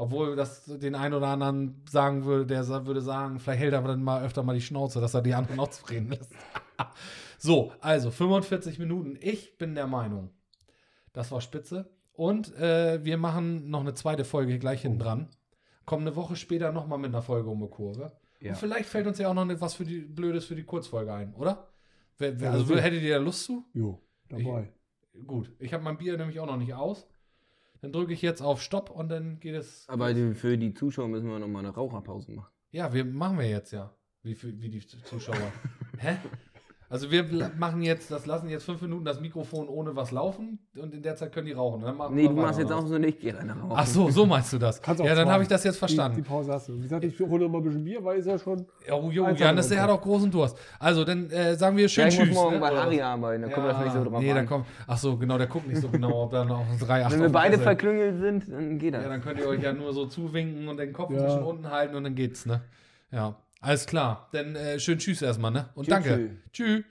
Speaker 2: Obwohl das den einen oder anderen sagen würde, der sa- würde sagen, vielleicht hält er aber dann mal öfter mal die Schnauze, dass er die anderen auch zufrieden lässt. [LAUGHS] so, also 45 Minuten. Ich bin der Meinung, das war spitze. Und äh, wir machen noch eine zweite Folge gleich hinten dran. Kommen eine Woche später nochmal mit einer Folge um die Kurve.
Speaker 1: Ja.
Speaker 2: Und vielleicht fällt uns ja auch noch etwas für die Blödes für die Kurzfolge ein, oder? Wer, wer,
Speaker 3: Ja,
Speaker 2: also
Speaker 3: natürlich.
Speaker 2: hättet ihr da Lust zu?
Speaker 3: Jo, dabei.
Speaker 2: Gut, ich habe mein Bier nämlich auch noch nicht aus. Dann drücke ich jetzt auf Stopp und dann geht es.
Speaker 1: Aber die- für die Zuschauer müssen wir nochmal eine Raucherpause machen.
Speaker 2: Ja, wir machen wir jetzt ja. Wie, für- wie die
Speaker 1: [LAUGHS]
Speaker 2: Zuschauer. Hä? Also wir la- machen jetzt, das lassen jetzt fünf Minuten das Mikrofon ohne was laufen und in der Zeit können die rauchen. Dann machen
Speaker 1: Nee,
Speaker 2: wir
Speaker 1: du
Speaker 2: weiter
Speaker 1: machst jetzt
Speaker 2: noch.
Speaker 1: auch so nicht, geh rein rauchen.
Speaker 2: Ach so, so meinst du das.
Speaker 3: Kannst auch
Speaker 2: Ja, dann
Speaker 3: zwei.
Speaker 2: habe ich das jetzt
Speaker 3: Die, die
Speaker 2: verstanden.
Speaker 3: Pause hast du. Wie gesagt, ich hole noch mal ein bisschen Bier, weil ist ja schon.
Speaker 2: Oh, jo,
Speaker 3: Einfach
Speaker 2: Janis, der
Speaker 3: runter.
Speaker 2: hat auch großen Durst. Also dann äh, sagen wir schön
Speaker 1: Ja, ich
Speaker 2: tschüss.
Speaker 1: muss morgen
Speaker 2: ne,
Speaker 1: bei
Speaker 2: oder
Speaker 1: Harry
Speaker 2: was?
Speaker 1: arbeiten, da kommt das nicht so drauf
Speaker 2: nee,
Speaker 1: an.
Speaker 2: dann kommt. Ach so, genau, der guckt nicht so genau, ob da noch drei acht
Speaker 1: Wenn
Speaker 2: auf
Speaker 1: wir
Speaker 2: dem
Speaker 1: beide
Speaker 2: Kessel-
Speaker 1: verklüngelt sind, dann geht das.
Speaker 2: Ja, dann könnt ihr euch ja nur so zuwinken und den Kopf ein
Speaker 3: Ja.
Speaker 2: bisschen unten halten und dann geht's, ne? Ja, alles klar. Dann äh, schön Tschüss erstmal, ne? Und danke. Tschüss.